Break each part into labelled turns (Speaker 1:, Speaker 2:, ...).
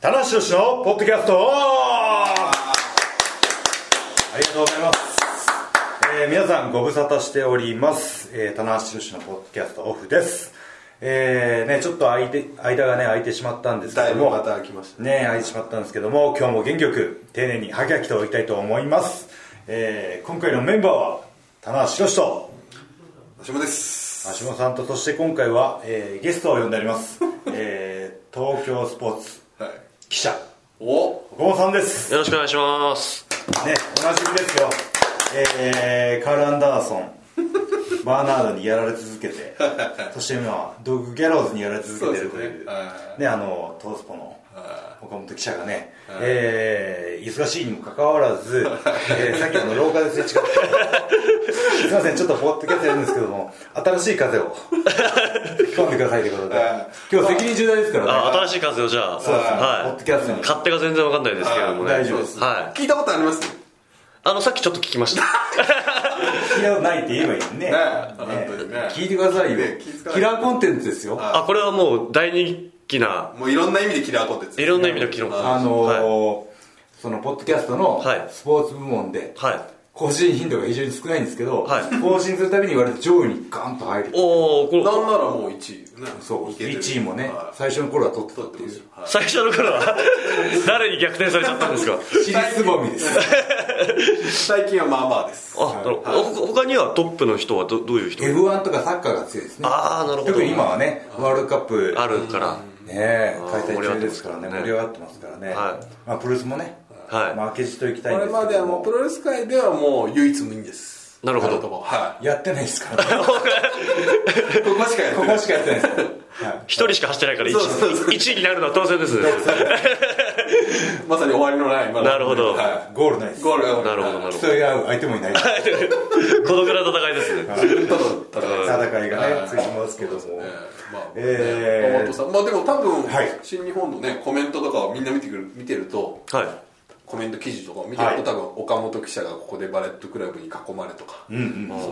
Speaker 1: 田中宏のポッドキャストありがとうございます、えー皆さんご無沙汰しております、えー、田中宏のポッドキャストオフですえーねちょっと空いて間がね空いてしまったんですけ
Speaker 2: だい
Speaker 1: ど
Speaker 2: ぶ
Speaker 1: も
Speaker 2: また来ましたね
Speaker 1: ね空いてしまったんですけども今日も元気よく丁寧にハキハキといきたいと思います、えー今回のメンバーは田中宏と
Speaker 2: 橋本です
Speaker 1: 橋本さんとそして今回は、えーゲストを呼んであります、えー東京スポーツ
Speaker 2: はい
Speaker 1: 記者
Speaker 2: お
Speaker 1: 岡本さんです
Speaker 3: よろしくお願いします
Speaker 1: ね、おなじみですよ、えー、カール・アンダーソン、バーナードにやられ続けて、そして今はドッグ・ギャローズにやられ続けてると
Speaker 2: そうで
Speaker 1: い
Speaker 2: す
Speaker 1: う、
Speaker 2: ねは
Speaker 1: ね、あのトースポの
Speaker 2: は
Speaker 1: 岡本記者がね、えー、忙しいにもかかわらず、えーさっきあの廊下ですれ違って、 すいません、ちょっとポッドキャストやるんですけども、新しい風を吹き込んでくださいということで
Speaker 2: はい、
Speaker 1: 今日責任重大ですからね、
Speaker 3: あ新しい風をじゃあ
Speaker 1: そうですねポッ
Speaker 3: は
Speaker 1: ド
Speaker 3: い
Speaker 1: キャストに
Speaker 3: 勝手が全然わかんないですけれどもね
Speaker 1: 大丈夫です
Speaker 3: はい
Speaker 2: 聞いたことありますね
Speaker 3: あのさっきちょっと聞きました
Speaker 1: 聞いたことないって言えばいいのにね
Speaker 2: ね
Speaker 1: ね
Speaker 2: 本当にね
Speaker 1: 聞いてくださいよ、
Speaker 2: ね気遣わない
Speaker 1: キラーコンテンツですよ
Speaker 3: あこれはもう大人気な
Speaker 2: もういろんな意味でキラーコンテンツ
Speaker 3: いろんな意味の議論
Speaker 1: あのーそのポッドキャストの
Speaker 3: はい
Speaker 1: スポーツ部門で
Speaker 3: はい、はい、
Speaker 1: 更新頻度が非常に少ないんですけど、
Speaker 3: はい
Speaker 1: 更新するたびに割と上位にガンと入る
Speaker 3: おおこれ
Speaker 2: なんならもう1位ね
Speaker 1: そう
Speaker 2: いけてる
Speaker 1: 1位もね
Speaker 2: は
Speaker 1: 最初の頃は取っ
Speaker 2: い
Speaker 1: てた
Speaker 2: 取
Speaker 1: っ
Speaker 2: ってて
Speaker 1: い
Speaker 2: ま
Speaker 1: う
Speaker 2: すよはい
Speaker 3: 最初の頃は 誰に逆転されちゃったんです か
Speaker 1: 尻すぼみです
Speaker 2: 最近はまあまあです
Speaker 3: あなるほどほ他にはトップの人はどどういう人
Speaker 1: F1 とかサッカーが強いですね
Speaker 3: ああなるほど
Speaker 1: 特に今はねワールドカップ
Speaker 3: あるから
Speaker 1: ねえ
Speaker 3: あー
Speaker 1: 開催中ですからね盛
Speaker 3: 盛
Speaker 1: り
Speaker 3: り
Speaker 1: 上
Speaker 3: 上
Speaker 1: がってますからね、
Speaker 3: はい
Speaker 1: まあ、プロレスもね、
Speaker 3: はい
Speaker 1: まあ、明けじと行きたいん
Speaker 2: こ
Speaker 1: ですけ
Speaker 2: れ
Speaker 1: ど
Speaker 2: まではもうプロレス界ではもう唯一無二です
Speaker 3: なるほど
Speaker 2: は
Speaker 1: やってないですから ね
Speaker 2: いここしかやって
Speaker 1: こ
Speaker 2: ない
Speaker 1: こしかやってないですから、はい
Speaker 3: 一人しか走ってないから一
Speaker 2: そうそうそう
Speaker 3: 位一位になるのは当然ですね
Speaker 2: まさに終わりのないまだ
Speaker 3: なるほど
Speaker 2: は
Speaker 1: ゴールないで
Speaker 2: い
Speaker 1: す
Speaker 2: ゴールが
Speaker 3: なるほどなるほど
Speaker 1: 競い合う相手もいない
Speaker 3: 孤独な戦いですね
Speaker 2: ただ
Speaker 1: 戦いがね
Speaker 2: はい
Speaker 1: 続きますけども、
Speaker 2: ねまあ、
Speaker 1: えー
Speaker 2: ね岡本さん、まあでも多分、
Speaker 1: はい
Speaker 2: 新日本のね、コメントとかをみんな見てくる、見てると、
Speaker 3: はい
Speaker 2: コメント記事とかを見てる
Speaker 1: は
Speaker 2: と、
Speaker 1: い
Speaker 2: 多分岡本記者がここでバレットクラブに囲まれとか、そ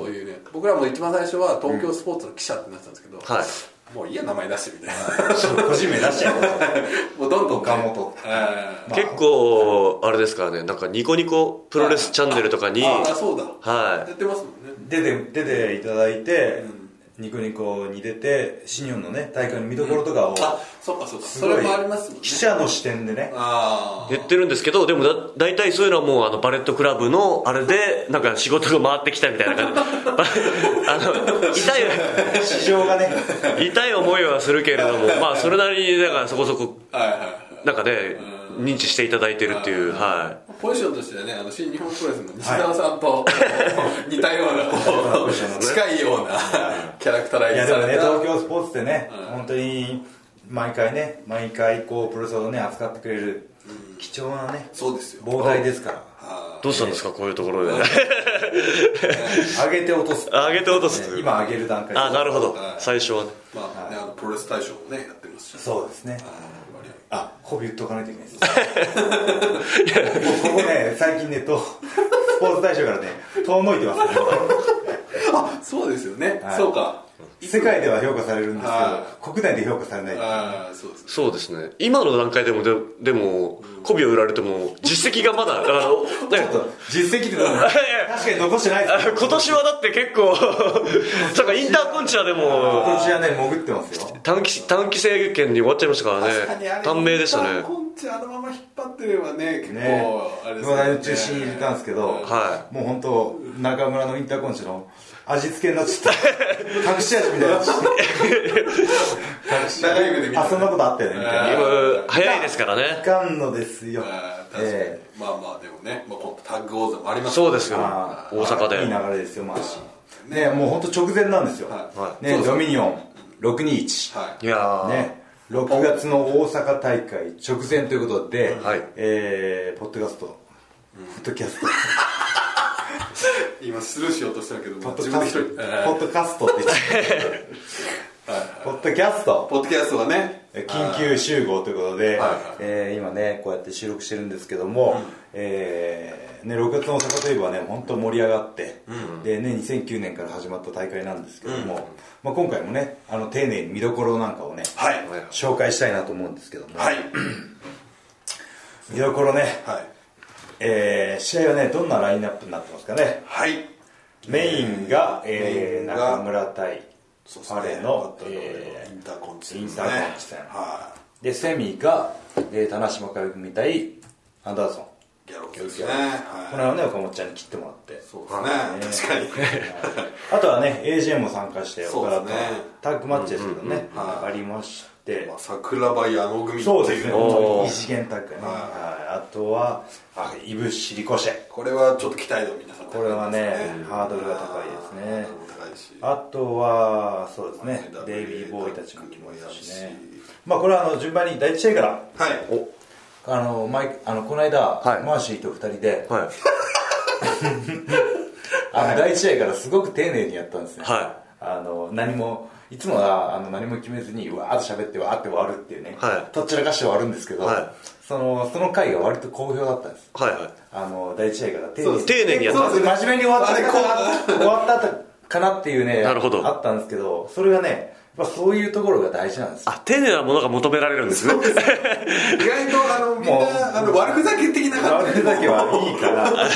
Speaker 2: ういうね、僕らも一番最初は東京スポーツの記者ってなってたんですけど、
Speaker 3: はい
Speaker 2: もういいや名前出してみたい
Speaker 1: 個人名出しちゃう
Speaker 2: な、 もうどんどん、
Speaker 1: 岡本
Speaker 2: えー
Speaker 1: まあ
Speaker 3: 結構あれですからねなんかニコニコプロレスチャンネルとかに
Speaker 2: ああ、そうだ、
Speaker 3: は
Speaker 2: やってますもんね。
Speaker 1: 出て出ていただいて、ニコニコに出てシニョンのね大会の見どころとかを、
Speaker 2: あ、そっかそっか、
Speaker 1: す
Speaker 2: そ
Speaker 1: ごい
Speaker 2: れもありますもんね
Speaker 1: 記。者の視点でね
Speaker 2: ああ
Speaker 3: 言ってるんですけどでもだ大体そういうのはもうあのバレットクラブのあれでなんか仕事が回ってきたみたいな感じ あの痛
Speaker 1: 市場がね
Speaker 3: い痛い思いはするけれどもまあそれなりにだからそこそこ
Speaker 2: はいはいはい。
Speaker 3: なんかね認知していただいてるっていうは
Speaker 2: ポジションとしてはね、あの新日本プロレスの西澤さんと、 似たような、こう近いようなキャラクタ
Speaker 1: い
Speaker 2: ライ
Speaker 1: や
Speaker 2: ズ
Speaker 1: でも
Speaker 2: さ
Speaker 1: ね
Speaker 2: れた。
Speaker 1: 東京スポーツってね、本当に毎回ね毎回こうプロレスをね扱ってくれる貴重なね
Speaker 2: そうですよ。
Speaker 1: 膨大ですから
Speaker 3: いどうしたんですかこういうところ で
Speaker 1: 上げて落とす
Speaker 3: 上げて落とす
Speaker 1: ね今上げる段階
Speaker 3: あなるほど最初はね
Speaker 2: まあね、あのプロレス大賞もね、やってますし。
Speaker 1: そうですね
Speaker 2: 割合
Speaker 1: あ、こび言っとかないといけないです。もうここね、最近ね、と、スポーツ大賞からね、遠のいてます、
Speaker 2: あ、そうですよね。
Speaker 1: はい
Speaker 2: そうか。
Speaker 1: 世界では評価されるんです
Speaker 2: は
Speaker 1: けど、国内で評価されない。
Speaker 2: ああ、そうですね。
Speaker 3: そうですね今の段階でもででも媚びを売られても実績がま だあの
Speaker 1: ちょっと、実績ってのはね
Speaker 3: いやいや
Speaker 1: 確かに残してないですよ。
Speaker 3: 今年はだって結構そうかインターコンチはで
Speaker 1: 今
Speaker 3: も
Speaker 1: 年はね、潜ってますよ。
Speaker 3: 短期短期制限に終わっちゃいましたから
Speaker 2: 確かにあ
Speaker 3: ね
Speaker 2: れ
Speaker 3: 短命でしたね
Speaker 2: コンチあのまま引っ張ってればね、結
Speaker 1: ね
Speaker 2: 構、あれです
Speaker 1: 野田の中心に入れたんですけど、
Speaker 3: は
Speaker 1: もう本当中村のインターコンチの味付けになっちゃった。隠し味みたいになっちゃった。隠し
Speaker 2: 長い目で見て
Speaker 1: あ、そんなことあったよね、みたいな。
Speaker 3: 今早いですから
Speaker 1: い
Speaker 3: ね
Speaker 1: かんのですよ。
Speaker 2: あー確かに
Speaker 1: え
Speaker 2: まあまあ、でもね、まあ、今度タッグ王座もあります
Speaker 3: そうです
Speaker 1: え
Speaker 3: よ
Speaker 1: まあ
Speaker 3: 大阪で
Speaker 1: いい流れですよ、まあ。ねもう本当直前なんですよ。
Speaker 2: は
Speaker 1: ねドミニオン621。
Speaker 2: はい
Speaker 3: いやー
Speaker 1: ね6月の大阪大会直前ということで、
Speaker 3: はい
Speaker 1: えーポッドキャスト、ポッドキャスト、
Speaker 2: 今スルーしようとしたけど
Speaker 1: ポッ
Speaker 2: も
Speaker 1: ド
Speaker 2: 自
Speaker 1: キ
Speaker 2: 分
Speaker 1: ャ
Speaker 2: で
Speaker 1: スト、ポッ
Speaker 2: 一人えー
Speaker 1: ドキャストって言っちゃ ったポッドキャスト、
Speaker 2: ポッドキャストはね
Speaker 1: 緊急集合ということで、
Speaker 2: はいはい
Speaker 1: えー今ね、こうやって収録してるんですけども、えーね、6月の大阪といえばね、本当盛り上がって、でね、2009年から始まった大会なんですけども、まあ、今回もね、あの丁寧に見どころなんかをね、
Speaker 2: はい
Speaker 1: 紹介したいなと思うんですけども、
Speaker 2: はい
Speaker 1: 見どころね、
Speaker 2: はい
Speaker 1: えー試合はねどんなラインナップになってますかね
Speaker 2: はい
Speaker 1: メインが,、えー
Speaker 2: メインが
Speaker 1: 中村対
Speaker 2: そうですね
Speaker 1: パレの、
Speaker 2: バッターの
Speaker 1: えー
Speaker 2: インターコンチ
Speaker 1: イ
Speaker 2: で
Speaker 1: ン
Speaker 2: す
Speaker 1: タ
Speaker 2: ね
Speaker 1: ーコンチ戦
Speaker 2: は
Speaker 1: でセミが、えー、田中真壁組対アンダーソン
Speaker 2: いギャロップですね
Speaker 1: こ
Speaker 2: は
Speaker 1: の辺はね岡本ちゃんに切ってもらって
Speaker 2: いそうですね確かに
Speaker 1: あとはね AJ も参加して
Speaker 2: そう
Speaker 1: 岡
Speaker 2: です
Speaker 1: 田
Speaker 2: ね
Speaker 1: とタッグマッチですけどね、
Speaker 2: うんうんはい
Speaker 1: ありまして、
Speaker 2: まあ桜庭矢野組って
Speaker 1: そうです
Speaker 2: い
Speaker 1: ね
Speaker 2: う
Speaker 3: おー
Speaker 1: 本当に異次元タッグね、
Speaker 2: はい
Speaker 1: はい、あとはあイブシリコシェ
Speaker 2: これはちょっと期待度皆さん高いです
Speaker 1: これはねハードルが高いですね
Speaker 2: ハードルも高いし
Speaker 1: あとはそうですね
Speaker 2: まあ
Speaker 1: デイビーボーイたちも来ましたしね
Speaker 2: もいるし
Speaker 1: まあこれはあの順番に第一試合から
Speaker 2: はい
Speaker 1: あのマイあのこの間、
Speaker 3: はい
Speaker 1: マーシーと二人で、
Speaker 3: はい
Speaker 1: あの第一試合からすごく丁寧にやったんですね、
Speaker 3: は
Speaker 1: あの何もいつもはあの何も決めずにわーっと喋ってわーって終わるっていうね、
Speaker 3: はい
Speaker 1: とっちらかして終わるんですけど、
Speaker 3: はい
Speaker 1: そのその回が割と好評だったんです
Speaker 3: はいは
Speaker 1: あの第一試合から丁
Speaker 3: い
Speaker 1: 寧
Speaker 3: そ
Speaker 1: に
Speaker 3: う丁寧にやっ
Speaker 1: そ
Speaker 3: た
Speaker 1: うです真面目に終わっ
Speaker 2: あ
Speaker 1: た
Speaker 2: れ
Speaker 1: かな終わったかなっていうね
Speaker 3: なるほど
Speaker 1: あったんですけどそれがねやっぱそういうところが大事なん ですよ
Speaker 3: あ丁寧なものが求められるんですね
Speaker 2: 意外とあのみん
Speaker 1: もう
Speaker 2: なあの悪ふざけ的な感
Speaker 1: 悪
Speaker 2: じ
Speaker 1: ふざけはいいから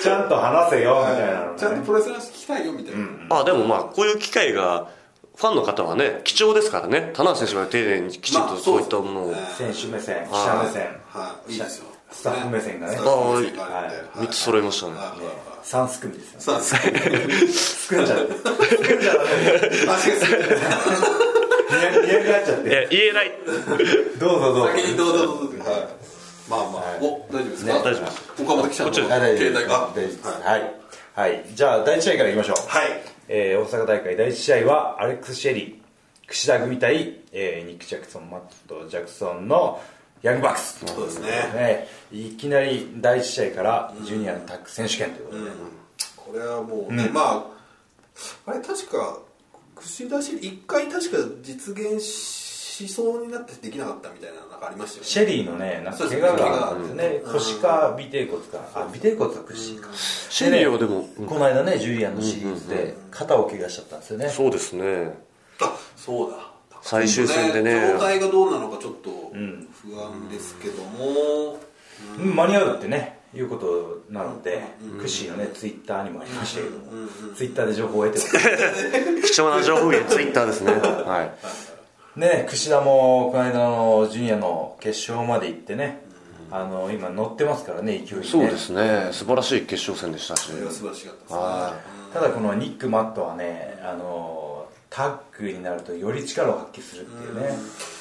Speaker 1: ちゃんと話せよみたいなの
Speaker 2: ちゃんと
Speaker 1: ね
Speaker 2: プロレスラー聞きたいよみたいな、
Speaker 3: あでもまあこういう機会がファンの方はね貴重ですからね田中選手は丁寧にきちんとそういったものを
Speaker 2: まあそうです
Speaker 1: 選
Speaker 2: ね
Speaker 1: 手目線記者目線
Speaker 2: はいいいですよ
Speaker 1: スタッフ目線がね
Speaker 2: スタッフ目線があるんで
Speaker 1: はい
Speaker 2: はい
Speaker 3: 3つ揃いましたね
Speaker 2: はいはいはい
Speaker 1: 3すくみですよね
Speaker 2: そうですね
Speaker 1: すくんじゃってすくんじゃって
Speaker 2: あそうですね
Speaker 1: 見えなくなっちゃっ
Speaker 3: い
Speaker 1: て
Speaker 3: や言えない
Speaker 1: どうぞどうぞ
Speaker 2: 先にどうぞどうぞはいまあまあお大丈夫ですか
Speaker 3: ね大丈夫です
Speaker 2: 岡本記者の
Speaker 3: こっちです
Speaker 1: あ大丈夫
Speaker 2: 携帯が
Speaker 1: 大丈夫です
Speaker 2: はい
Speaker 1: はいはいじゃあ第一試合からいきましょう
Speaker 2: はい
Speaker 1: えー大阪大会第1試合はアレックス・シェリー櫛田組対、えーニック・ジャクソンマット・ジャクソンのヤングバックス
Speaker 2: そうですね
Speaker 1: ねいきなり第1試合からジュニアのタッグ選手権ということで、
Speaker 2: これはもうね、まああれ確か串出し一回確か実現しそうになってできなかったみたいななんかありましたよね
Speaker 1: シェリーのねなん
Speaker 2: そ
Speaker 1: か
Speaker 2: うで
Speaker 1: 怪
Speaker 2: すね
Speaker 1: 我があってね腰か尾てい骨かあ尾てい骨は櫛か、
Speaker 3: シェリーはでも
Speaker 1: ねこの間ねジュニアのシリーズで肩を怪我しちゃったんですよね、
Speaker 3: そうですね
Speaker 2: あそうだ
Speaker 3: 最終戦でね
Speaker 2: 状態がどうなのかちょっと不安ですけども、
Speaker 1: うん間に合うってねいうことなので、クッシーのねツイッターにもありましたけども、ツイッターで情報を得てます
Speaker 3: 貴重な情報源ツイッターですねは
Speaker 1: ね櫛田もこの間のジュニアの決勝まで行ってね、あの今乗ってますからね勢いに、
Speaker 3: い
Speaker 1: ね、
Speaker 3: そうですね素晴らしい決勝戦でしたし
Speaker 2: それは素晴らしかったですね
Speaker 1: ただこのニック・マットはねあのタッグになるとより力を発揮するっていうね、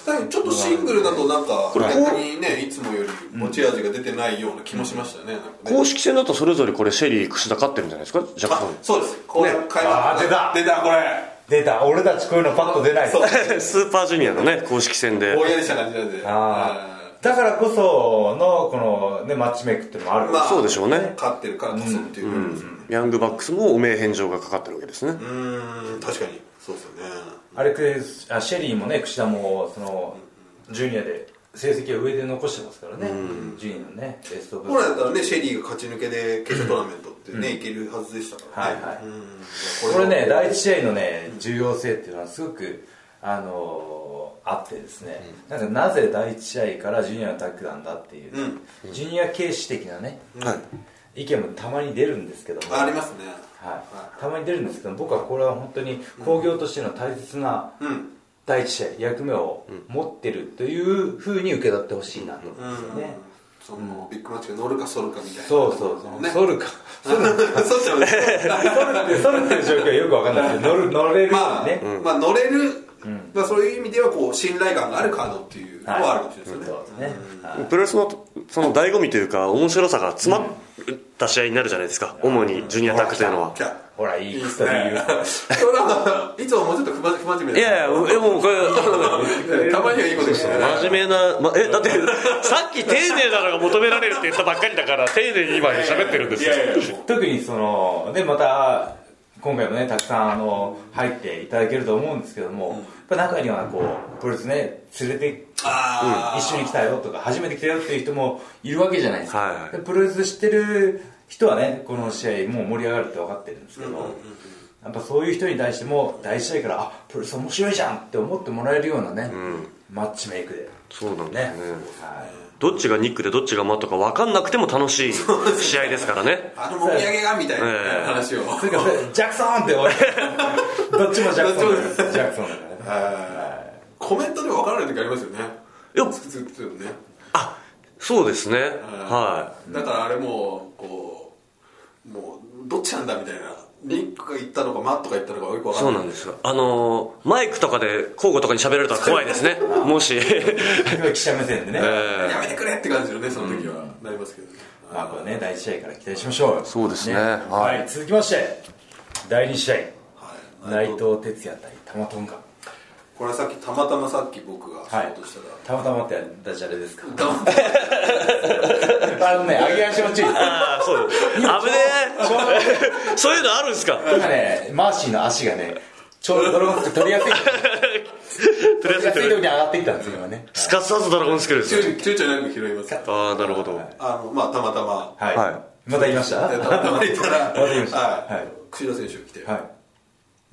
Speaker 2: だけどちょっとシングルだとなんか
Speaker 3: れ
Speaker 2: 逆にねいつもより持ち味が出てないような気もしましたね、なんかね
Speaker 3: 公式戦だとそれぞれこれシェリー櫛田勝ってるんじゃないですかジャクソ
Speaker 2: あ
Speaker 3: ン
Speaker 2: そうですこういう会
Speaker 1: あ
Speaker 2: 話、
Speaker 1: ー出た
Speaker 2: 出たこれ
Speaker 1: 出た俺たちこういうのパッと出ない
Speaker 2: そう
Speaker 3: スーパージュニアのね公式戦で
Speaker 2: ぼんやりした感じなんで
Speaker 1: あーだからこそのこの、ね、マッチメイクっていうのもある、
Speaker 2: まあ
Speaker 3: そうでしょうね
Speaker 2: 勝ってるからこそっていううん
Speaker 3: ヤングバックスも汚名返上がかかってるわけですね
Speaker 2: ーん確かにそうですよね
Speaker 1: アレクスあシェリーもね櫛田もそのジュニアで成績を上で残してますからね、ジュニアのねベストオブ
Speaker 2: 本来だったらねシェリーが勝ち抜けで決勝トーナメントってね、いけるはずでしたからね、
Speaker 1: はいはい
Speaker 2: うん
Speaker 1: これね第一試合のね重要性っていうのはすごくあのーあってですね、なんかなぜ第一試合からジュニアのタッグなんだっていう、ジュニア軽視的なね、意見もたまに出るんですけども
Speaker 2: ありますね
Speaker 1: はい、たまに出るんですけど僕はこれは本当に興行としての大切な
Speaker 2: うん
Speaker 1: 第一試合役目を持ってるというふうに受け取ってほしいなと思うんですよね、
Speaker 2: そのビッグマッチが乗るか反るかみたいな
Speaker 1: そうそうそう、
Speaker 2: ね
Speaker 1: ソルか
Speaker 2: 反っちゃうね
Speaker 1: ソルっていう状況はよくわかんないですけど乗る乗れるよ
Speaker 2: ま
Speaker 1: う
Speaker 2: あ、
Speaker 1: にね、
Speaker 2: まあ乗れる、まあ、そういう意味ではこう信頼感があるカードっていうのはあるかもしれないですよね、
Speaker 1: そうですね、はい
Speaker 3: プロレスのその醍醐味というか面白さが詰まった試合になるじゃないですか主にジュニアタッグというのは
Speaker 2: じゃ
Speaker 1: ほらいいこと言う
Speaker 2: あこれなんかいつももうちょっと不真不真面目
Speaker 3: いやいやでもこれ
Speaker 2: たまにはいいことしてね
Speaker 3: 真面目な、ま、えだって さっき丁寧なのが求められるって言ったばっかりだから丁寧に今喋ってるんですよ
Speaker 1: 特にそのでまた今回もねたくさんあの入っていただけると思うんですけども、やっぱ中にはこうプロレスね連れて
Speaker 2: ああ、
Speaker 1: 一緒に来たよとか初めて来たよっていう人もいるわけじゃないですか、
Speaker 3: はいはい
Speaker 1: でプロレス知ってる人はねこの試合もう盛り上がるって分かってるんですけど、やっぱそういう人に対しても第一試合からあプロレス面白いじゃんって思ってもらえるようなね、マッチメイクで
Speaker 3: そうなんです
Speaker 1: ね
Speaker 3: ね
Speaker 1: はい
Speaker 3: どっちがニックでどっちがマットか分かんなくても楽しい試合ですから ね
Speaker 2: あのもみあげがみたい
Speaker 3: ええ
Speaker 2: な話を、
Speaker 1: それからジャクソンって 俺どっちもジャクソンだからジャクソンだからね
Speaker 2: コメントでも分からない時ありますよね
Speaker 3: いや
Speaker 2: つつつよね
Speaker 3: あそうですねは
Speaker 2: だからあれもうこうもうどっちなんだみたいなニックが言ったのかマットが言ったのかよく分
Speaker 3: い
Speaker 2: か
Speaker 3: そ
Speaker 2: ら
Speaker 3: う
Speaker 2: な
Speaker 3: ないんですよあのーマイクとかで交互とかに喋られたら怖いですねもし
Speaker 1: すごい記者目線でね、
Speaker 2: やめてくれって感じのねその時は、なりますけどね
Speaker 1: まあこれね第1試合から期待しましょう
Speaker 3: そうですねは
Speaker 1: はいい、続きまして第2試合
Speaker 2: はい
Speaker 1: 内藤哲也対玉トンガ
Speaker 2: これはさっきたまたまさっき僕が
Speaker 1: は
Speaker 2: そう
Speaker 1: い
Speaker 2: としたら、
Speaker 1: たまたまってダジャレですか
Speaker 2: たまたま
Speaker 1: あのね揚げ足も注意です
Speaker 3: ああそう危ねえそういうのあるんですか
Speaker 1: 今ねマーシーの足がねちょうどドラゴンスク 取りやすい
Speaker 3: とりあ
Speaker 1: 取
Speaker 3: え
Speaker 1: りや
Speaker 3: ず
Speaker 1: すいとこに上がっていったんですよ今ね
Speaker 3: すかさずドラゴンスクールです
Speaker 2: 躊
Speaker 3: よ
Speaker 2: 躇躊躇なく拾いますけど
Speaker 3: ああなるほど
Speaker 2: あのまあたまたま
Speaker 1: はい、
Speaker 3: は
Speaker 1: また言いました
Speaker 2: でたまたま行ったら
Speaker 1: りましたは
Speaker 2: はいい串田選手来て、
Speaker 1: はい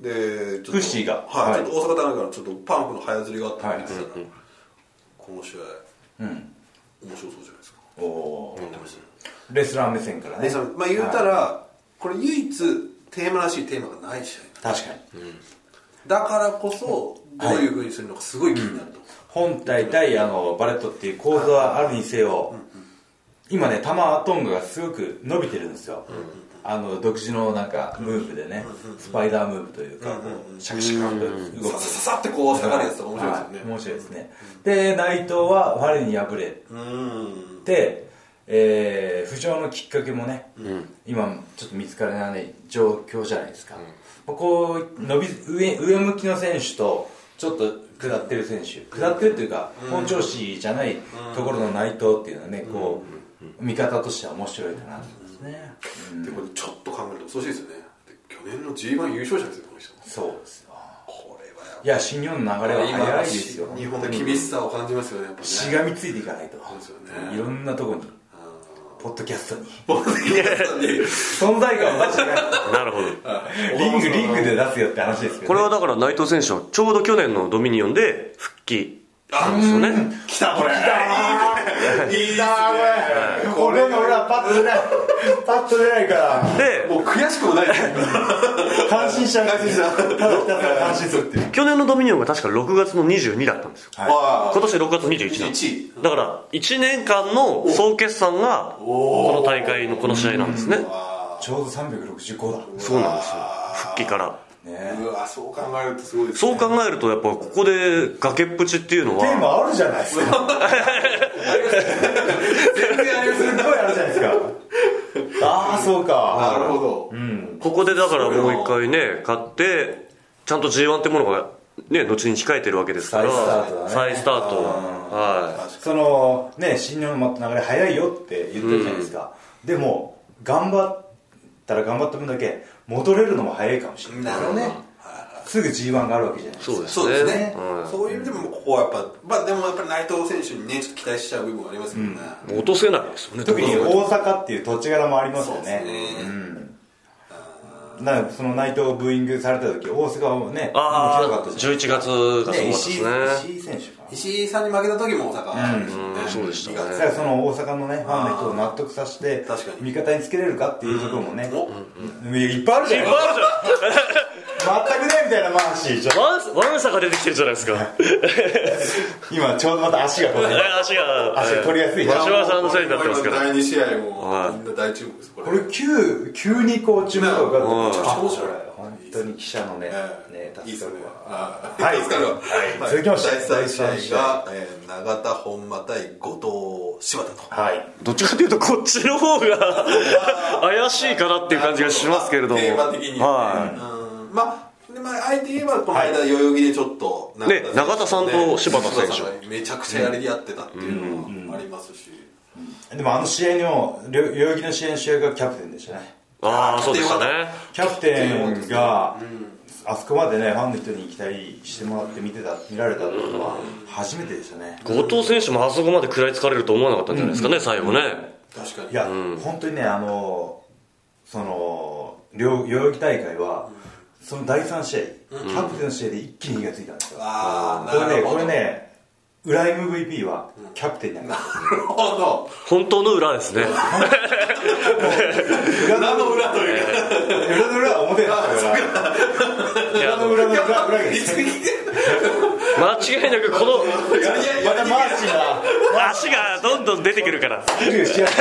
Speaker 2: でちょっと
Speaker 1: フッシーが
Speaker 2: はい、
Speaker 1: はい
Speaker 2: ちょっと大阪大学からちょっとパンフの早釣りがあったんですから、この試合
Speaker 1: うん
Speaker 2: 面白そうじゃないですか
Speaker 1: おおーレスラー目線からね
Speaker 2: でそのまあ言うたら、これ唯一テーマらしいテーマがない試合
Speaker 1: 確かに、
Speaker 2: だからこそどういうふうにするのかすごい気になると、
Speaker 1: 本体対あのバレットっていう構造はあるにせよ、今ね玉トングがすごく伸びてるんですよ、あの独自のなんかムーブでね、スパイダームーブというか、こうシャクシャクと動
Speaker 2: さ
Speaker 1: く
Speaker 2: さささってこう下がるやつとか面白いですよ
Speaker 1: は
Speaker 2: ね、
Speaker 1: 面白いですねで内藤は我に敗れ
Speaker 2: うん
Speaker 1: て、えー浮上のきっかけもね、今ちょっと見つからない状況じゃないですか、まあこう伸び上上向きの選手とちょっと下ってる選手下ってるというか、本調子じゃないところの内藤っていうのはね、こう見方としては面白いかなと思いますね、うん
Speaker 2: でこれちょっと考えると恐ろしいですよねで去年の g 1優勝者ですよこの人
Speaker 1: そうですよ
Speaker 2: これはい
Speaker 1: や新日本の流れは早いですよ
Speaker 2: 今日本の厳しさを感じますよねやっぱね
Speaker 1: しがみついていかないと、
Speaker 2: そうですよね
Speaker 1: いろんなとこにポッドキャストに
Speaker 2: ボディーさんに
Speaker 1: 存在感はマジでない
Speaker 3: なるほど
Speaker 1: リングリングで出すよって話ですけど、ね、
Speaker 3: これはだから内藤選手はちょうど去年のドミニオンで復帰したんですよね
Speaker 2: 来たこれ
Speaker 1: いいなーこれこれ俺はパッと出ないパッと出ないから
Speaker 3: で
Speaker 2: もう悔しくもないです
Speaker 1: 感心しちゃう
Speaker 2: 感心しちゃう
Speaker 1: ただひたすら感心するっていう
Speaker 3: 去年のドミニオンが確か6月の22だったんですよ
Speaker 2: わ
Speaker 3: 今年6月21なんです
Speaker 2: 1
Speaker 3: だから1年間の総決算がこの大会のこの試合なんですね
Speaker 1: ちょうど365だ
Speaker 3: そうなんですよ復帰から
Speaker 1: ね
Speaker 2: うわそう考えるとすごいですね
Speaker 3: そう考えるとやっぱここで崖っぷちっていうの
Speaker 1: テー
Speaker 3: は
Speaker 1: マあるじゃないですか
Speaker 2: 全然ありますせん
Speaker 1: ごいあるじゃないです かああそう
Speaker 2: な
Speaker 1: か
Speaker 2: るほど
Speaker 3: ここでだからもう一回ね勝ってちゃんと g 1ってものがね後に控えてるわけですから
Speaker 1: 再スタートだね
Speaker 3: 再スタートは
Speaker 1: そのね新日本の流れ早いよって言ってるじゃないですか、でも頑張ったら頑張った分だけ戻れるのも早いかもしれない
Speaker 2: なるほどね
Speaker 1: すぐ G1 があるわけじゃないですか
Speaker 3: そうです
Speaker 2: そうですね
Speaker 3: うん
Speaker 2: そういう意味でもここはやっぱまあでもやっぱり内藤選手にねちょっと期待しちゃう部分はありますけどね
Speaker 3: いもう落とせないですよね
Speaker 1: 特に
Speaker 3: どこ
Speaker 1: 大阪っていう土地柄もあります
Speaker 2: そ
Speaker 1: よ
Speaker 2: う
Speaker 1: ね
Speaker 2: ですね
Speaker 1: なその内藤をブーイングされた時大阪はね
Speaker 3: あ
Speaker 1: 面白か
Speaker 3: あ
Speaker 1: ったじゃん
Speaker 3: 11月がそうだった
Speaker 1: ね
Speaker 3: で
Speaker 1: 石
Speaker 3: す
Speaker 1: 井
Speaker 3: ね
Speaker 1: 石井選手かな
Speaker 2: 石井さんに負けた時も大阪
Speaker 3: うんそうでしたね
Speaker 1: だからその大阪のねファンの人を納得させて
Speaker 2: 確かに
Speaker 1: 味方につけれるかっていうところもね
Speaker 2: お
Speaker 1: いやいっぱいあるじゃん
Speaker 3: いっぱいある
Speaker 1: 全くないみたいなマーシーじゃん
Speaker 3: じゃんワンワンサが出てきてるじゃないですか
Speaker 1: 今ちょうどまた足がこうね
Speaker 3: 足が
Speaker 1: 足が取りやすい
Speaker 3: わしはさんのせいになってますから
Speaker 2: 第2試合
Speaker 3: は
Speaker 2: も
Speaker 3: い
Speaker 2: みんな大注目ですこれ
Speaker 1: これ急急にこう注目がかかって
Speaker 2: めちゃくちゃ面白い
Speaker 1: 本当に記者のねね
Speaker 2: ええいいです
Speaker 1: 助か
Speaker 2: ね
Speaker 1: るわ
Speaker 2: はい
Speaker 1: はい
Speaker 2: 助かるわ
Speaker 1: はい
Speaker 2: はい
Speaker 1: 続きまして
Speaker 2: 第3試合がえー永田本間対後藤柴田と
Speaker 1: はい
Speaker 3: どっちかというとこっちの方が怪しいかなっていう感じがしますけれども
Speaker 2: テーマ的に
Speaker 3: はい
Speaker 2: うんまあでまああえて言えばこの間代々木でちょっと永
Speaker 3: ね永田さんと柴田選手
Speaker 2: 手めちゃくちゃやり合ってたっていうのもありますし
Speaker 1: でもあの試合のりょ代々木の試合の試合がキャプテンでしたね
Speaker 3: ああそうでしたね
Speaker 1: キャプテンがあそこまでねファンの人に期待してもらって見てた見られたっていうのは初めてでしたね
Speaker 3: 後藤選手もあそこまで食らいつかれると思わなかったんじゃないですかね最後ね
Speaker 2: 確かに
Speaker 1: いや、本当にねあのその両代々木大会はその第3試合、キャプテンの試合で一気に火がついたんですよ、
Speaker 2: ああ
Speaker 1: こ
Speaker 2: な
Speaker 1: れ
Speaker 2: る
Speaker 1: ね
Speaker 2: ほ
Speaker 1: これ
Speaker 2: ど
Speaker 1: ね裏 MVP はキャプテンになります
Speaker 2: なるほど
Speaker 3: 本当の裏ですね
Speaker 2: 裏の裏というか
Speaker 1: 裏の裏は表だから裏の裏の裏裏で
Speaker 2: い
Speaker 1: す
Speaker 2: つに
Speaker 3: 間違いなくこの
Speaker 1: やりやりまたマーチが
Speaker 3: 足がどんどん出てくるから
Speaker 1: 来るしやす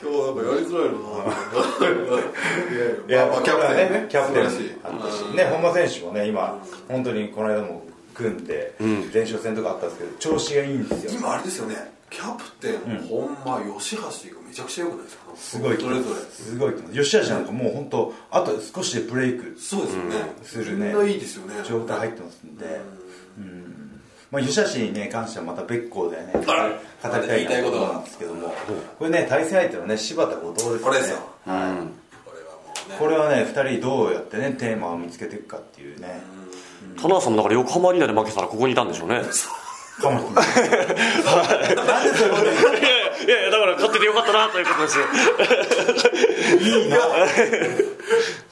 Speaker 2: 今日なんかやりづらいの
Speaker 1: い
Speaker 2: いやいやまあまあキャプテンね
Speaker 1: キャプテン
Speaker 2: 素晴らしい
Speaker 1: あったしね本間選手もね今本当にこの間も組んで前哨戦とかあったんですけど調子がいいんですよ
Speaker 2: 今あれですよねキャプテン本間吉橋がめちゃくちゃ良くないですか
Speaker 1: すごい
Speaker 2: それぞれ
Speaker 1: すごい吉橋なんかもう本当あと少しでブレイク
Speaker 2: そうですよね
Speaker 1: するね
Speaker 2: みんないいですよね
Speaker 1: 状態入ってますんでうんまあ吉橋にね関してはまた別校でね語り
Speaker 2: ら
Speaker 1: たいなところなんですけどもこれね対戦相手のね柴田後藤ですね
Speaker 2: これですよ
Speaker 1: はい
Speaker 2: これはもうね
Speaker 1: これはね2人どうやってねテーマを見つけていくかっていうね
Speaker 3: 田中さんもだから横浜アリーナで負けたらここにいたんでしょうね
Speaker 1: かもしれないなんでそういうこと
Speaker 3: いやいやいやだから勝っててよかったなということですよ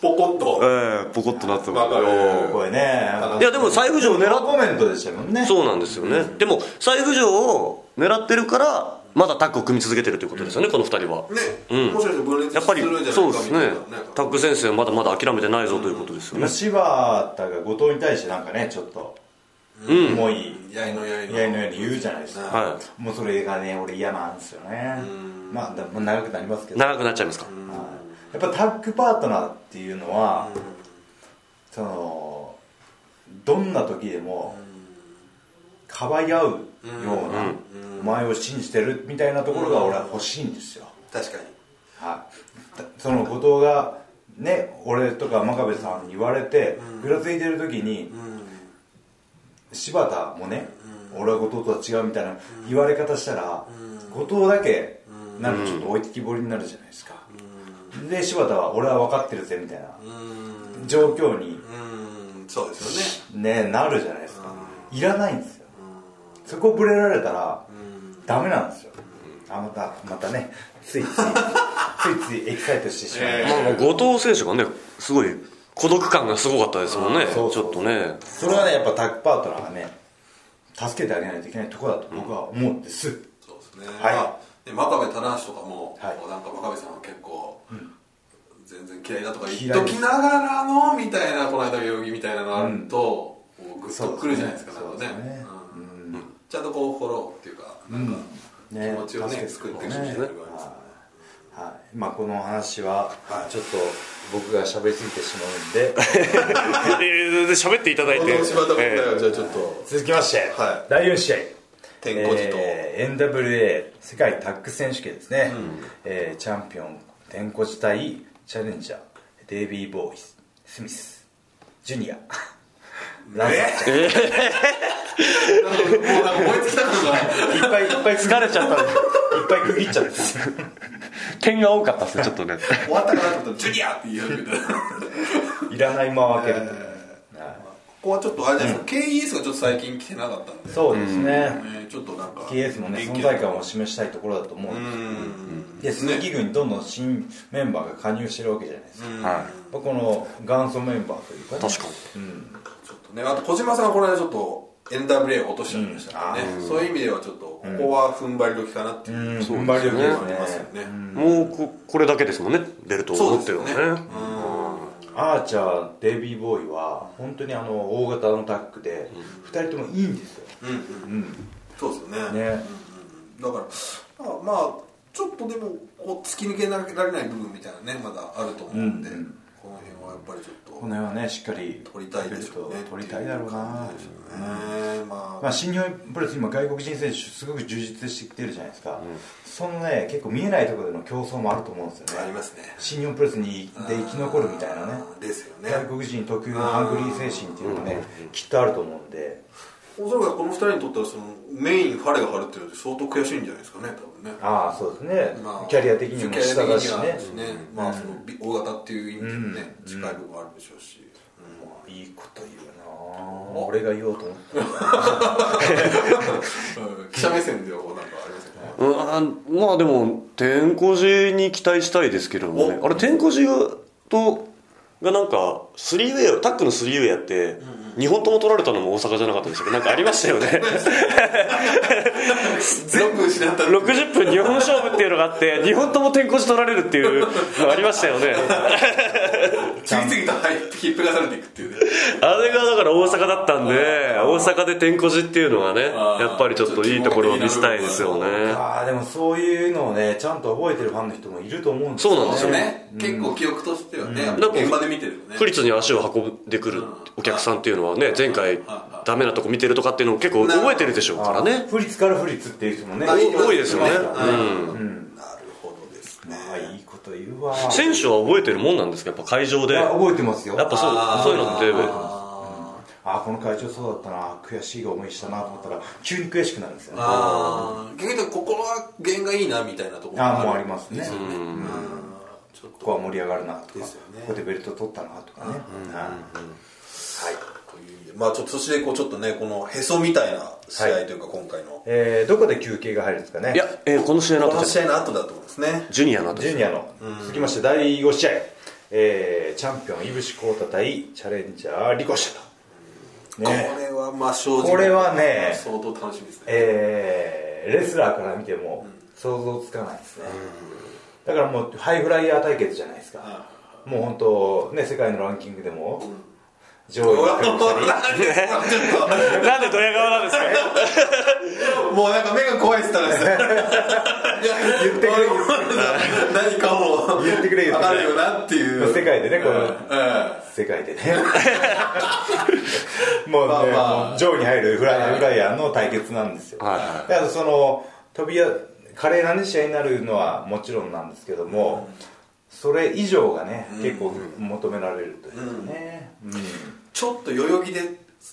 Speaker 2: ポコッと
Speaker 3: ええポコッとなって
Speaker 2: わかる
Speaker 1: これね
Speaker 3: いやでも再浮上を狙
Speaker 1: ノー
Speaker 3: っ
Speaker 1: コメントでしたもんね
Speaker 3: そうなんですよね、でも再浮上を狙ってるからまだタッグを組み続けてるということですよね、この2人は
Speaker 2: ね
Speaker 3: うん
Speaker 2: もしかして分裂
Speaker 3: やっぱり
Speaker 2: するんじゃな
Speaker 3: そう
Speaker 2: い
Speaker 3: で
Speaker 2: か
Speaker 3: す
Speaker 2: み
Speaker 3: ね
Speaker 2: たいなね
Speaker 3: タッグ先生まだまだ諦めてないぞということですよ
Speaker 1: 今
Speaker 3: ね、
Speaker 1: 柴田が後藤に対してなんかねちょっと重い
Speaker 2: やいのやいの
Speaker 1: やいのように言うじゃないですか
Speaker 3: は
Speaker 1: もうそれがね俺嫌なんですよねまあだまあ長くなりますけ
Speaker 3: い、
Speaker 1: どはい
Speaker 3: 長くなっちゃいますか、
Speaker 1: やっぱタッグパートナーっていうのはそのどんな時でもかばい合うようなお前を信じてるみたいなところが俺は欲しいんですよ
Speaker 2: 確かに
Speaker 1: はい、その後藤がね俺とか真壁さんに言われてぐらついてる時に柴田もね俺は後藤とは違うみたいな言われ方したら後藤だけなんかちょっと置いてきぼりになるじゃないですかで柴田は俺は分かってるぜみたいな状況に
Speaker 2: うんそうです
Speaker 1: ねなるじゃないですかいらないんですよそこぶれられたらダメなんですよあまたまたねつい ついついついエキサイトしてしまう、
Speaker 2: え
Speaker 3: まあ、後藤選手がねすごい孤独感がすごかったですもんね
Speaker 1: そうそう
Speaker 3: ちょっとね
Speaker 1: それはねやっぱタッグパートナーがね助けてあげないといけないところだと僕は思うんです、
Speaker 2: よねそうですね
Speaker 1: はい
Speaker 2: まあで真壁棚橋とかも
Speaker 1: はい
Speaker 2: こうなんか真壁さんは結構全然嫌いだとか言
Speaker 1: 嫌
Speaker 2: っ
Speaker 1: い
Speaker 2: と
Speaker 1: です
Speaker 2: きながらのみたいなこの間の泳ぎみたいなのあるとこうグッとくるじゃないですか
Speaker 1: そ
Speaker 2: な
Speaker 1: うんで
Speaker 2: か
Speaker 1: すね
Speaker 2: ね
Speaker 1: う
Speaker 2: うんちゃんとこうフォローっていうかなんか気
Speaker 1: ね
Speaker 2: 持ちを
Speaker 1: 助け
Speaker 2: ね
Speaker 1: て
Speaker 2: 作って
Speaker 1: ね
Speaker 2: くれる
Speaker 1: はい
Speaker 2: ところがありますね
Speaker 1: はいまあこの話は
Speaker 2: はい
Speaker 1: ちょっと僕が喋りすぎてしまうんで
Speaker 3: えー喋っていただいて
Speaker 2: この柴田君
Speaker 3: え
Speaker 2: はじゃあちょっと
Speaker 1: 続きまして、
Speaker 2: はい
Speaker 1: 第4試合
Speaker 2: 天候児と
Speaker 1: えー NWA 世界タッグ選手権ですね、えーチャンピオン天候児対チャレンジャーデイビー・ボーイススミスジュニ アランサー
Speaker 2: なんかもうなんか燃え尽きた感
Speaker 1: い
Speaker 2: が
Speaker 1: っぱいいっぱい
Speaker 3: 疲れちゃったん
Speaker 1: い
Speaker 3: で
Speaker 1: っぱい区切っちゃって
Speaker 3: 点が多かったですねちょっとね
Speaker 2: 終わったかなと思ったら「ジュニア!」って言うみたいな。
Speaker 1: いらない間を開けると、
Speaker 2: ここはちょっとあれじゃないですか、KES がちょっと最近来てなかったんで、
Speaker 1: そうですね、
Speaker 2: ねちょっとなんか、
Speaker 1: KS もね存在感を示したいところだと思うんですけどで鈴木軍にどんどん新メンバーが加入してるわけじゃないですか、
Speaker 3: は
Speaker 1: この元祖メンバーというか、ね、
Speaker 3: 確かに
Speaker 2: ちょっとね、あと小島さんはこの間ちょっと NWA を落としちゃいましたからね、そういう意味ではちょっと、ここは踏ん張り時かなっていう
Speaker 1: うん
Speaker 2: の
Speaker 1: 踏ん張り力
Speaker 2: はあり
Speaker 1: で
Speaker 2: ますす
Speaker 1: ね
Speaker 2: よね、
Speaker 3: もうここれだけですもんねベルトを
Speaker 2: そう
Speaker 3: 持
Speaker 2: で
Speaker 3: っ
Speaker 2: す
Speaker 3: てる
Speaker 2: よ
Speaker 3: の
Speaker 2: ね、
Speaker 3: ね
Speaker 1: アーチャーデイビーボーイは本当にあの大型のタッグで2人ともいいんですよ、
Speaker 2: うん、うんうんそうですよね
Speaker 1: ね、
Speaker 2: だから、まあ、まあ、ちょっとでもこう突き抜けられない部分みたいなね、まだあると思うんで、この辺はやっぱりちょっと、
Speaker 1: この辺はねしっかり
Speaker 2: 取りたいでしょうね、
Speaker 1: 取りたいだろうな
Speaker 2: っていう感じですよねまあ
Speaker 1: まあ、新日本プロレス今外国人選手すごく充実してきてるじゃないですか、そのね結構見えないところでの競争もあると思うんですよ
Speaker 2: あ
Speaker 1: ね
Speaker 2: りますね
Speaker 1: 新日本プロレスにで生き残るみたいなね
Speaker 2: あーですよね
Speaker 1: 外国人特有のハングリー精神っていうのがねきっとあると思うんで
Speaker 2: おそらくこの2人にとったらそのメイン彼が張るっていうのって相当悔しいんじゃないですかね多分ね
Speaker 1: ああそうですね、
Speaker 2: まあ
Speaker 1: キャリア的にも下だし
Speaker 2: キャリア
Speaker 1: ね
Speaker 2: 的にはねまあその大型っていう意味でもね、近い部分もあるでしょうし、
Speaker 1: もういいこと言うなあ俺が言おうと思った
Speaker 2: うん記者目線ではこうなんかありますよね、
Speaker 3: うんあまあでも天候寺に期待したいですけれどもね
Speaker 2: お
Speaker 3: あれ天候寺とがなんかスリーウェイタックのスリーウェイやって、
Speaker 2: ん
Speaker 3: 2本とも取られたのも大阪じゃなかったでしたっけなんかありましたよね
Speaker 2: 全部失った
Speaker 3: 60分2本勝負っていうのがあって2本とも天候し取られるっていうのありましたよね
Speaker 2: 次々と引っぺがされていくっていうね
Speaker 3: あれがだから大阪だったんで大阪で天候しっていうのはね
Speaker 2: あー
Speaker 3: やっぱりちょっといいところを見せたいですよね
Speaker 1: あーでもそういうのをねちゃんと覚えてるファンの人もいると思うんですよ
Speaker 3: そうなんです
Speaker 2: そ
Speaker 3: よ
Speaker 2: うね、結構記憶としてはね、
Speaker 3: なんか
Speaker 2: 現場で見てるよね
Speaker 3: 府立に足を運んでくるお客さんっていうのはね前回ダメなとこ見てるとかっていうのを結構覚えてるでしょうからね
Speaker 1: 不律から不律っていう人もね
Speaker 2: あ
Speaker 3: 多いですよね
Speaker 1: いますから
Speaker 2: うん
Speaker 1: う
Speaker 2: なんるほどですね
Speaker 1: あーいいこと言うわ
Speaker 3: 選手は覚えてるもんなんですかやっぱ会場で
Speaker 1: いや
Speaker 3: や
Speaker 1: 覚えてますよ
Speaker 3: っぱそうそういうのって
Speaker 2: あ
Speaker 1: あーこの会長そうだったな悔しい思いしたなと思ったら急に悔しくなるんですよ
Speaker 2: ー
Speaker 1: ね
Speaker 2: あー逆にここは弦がいいなみたいなところ
Speaker 1: ああもうありますね、
Speaker 2: うんちょっ
Speaker 1: ことこは盛り上がるなとか、
Speaker 2: ですよね
Speaker 1: ここでベルト取ったなとかね、はい
Speaker 2: という意味でまあちょっとそしてこうちょっとねこのへそみたいな試合というか今回の、
Speaker 1: えーどこで休憩が入るんですかね
Speaker 3: いや、えーこの試合の
Speaker 2: こ
Speaker 3: 後
Speaker 2: の
Speaker 3: です
Speaker 2: 試合の後だと思うんですね
Speaker 3: ジュニアの後
Speaker 1: ジ
Speaker 3: です
Speaker 1: ュニアの続きまして第5試合、えーチャンピオン井伏浩太対チャレンジャーリコシャと、ね
Speaker 2: これはまあ正直
Speaker 1: これはね
Speaker 2: 相当楽しみですね、
Speaker 1: えーレスラーから見ても想像つかないですね、だからもうハイフライヤー対決じゃないですか、もう本当ね世界のランキングでも上位
Speaker 2: うわ
Speaker 1: ばっかりしたり
Speaker 2: なんでちょっと
Speaker 3: なんでドヤ顔なんですか
Speaker 2: もうなんか目が怖いっすったらですね言
Speaker 1: ってくれ
Speaker 2: 何かを
Speaker 1: 言ってくれ言ってくれ
Speaker 2: 分かるよなっていう
Speaker 1: 世界でねこの
Speaker 2: え
Speaker 1: 世界でねもうね、
Speaker 2: まあまあ
Speaker 1: もう上位に入るフライフライヤーの対決なんですよ、
Speaker 3: はいは
Speaker 1: であとその飛びや華麗な、ね、試合になるのはもちろんなんですけども、それ以上がね、結構求められるというかね、うん
Speaker 2: えちょっと代々木で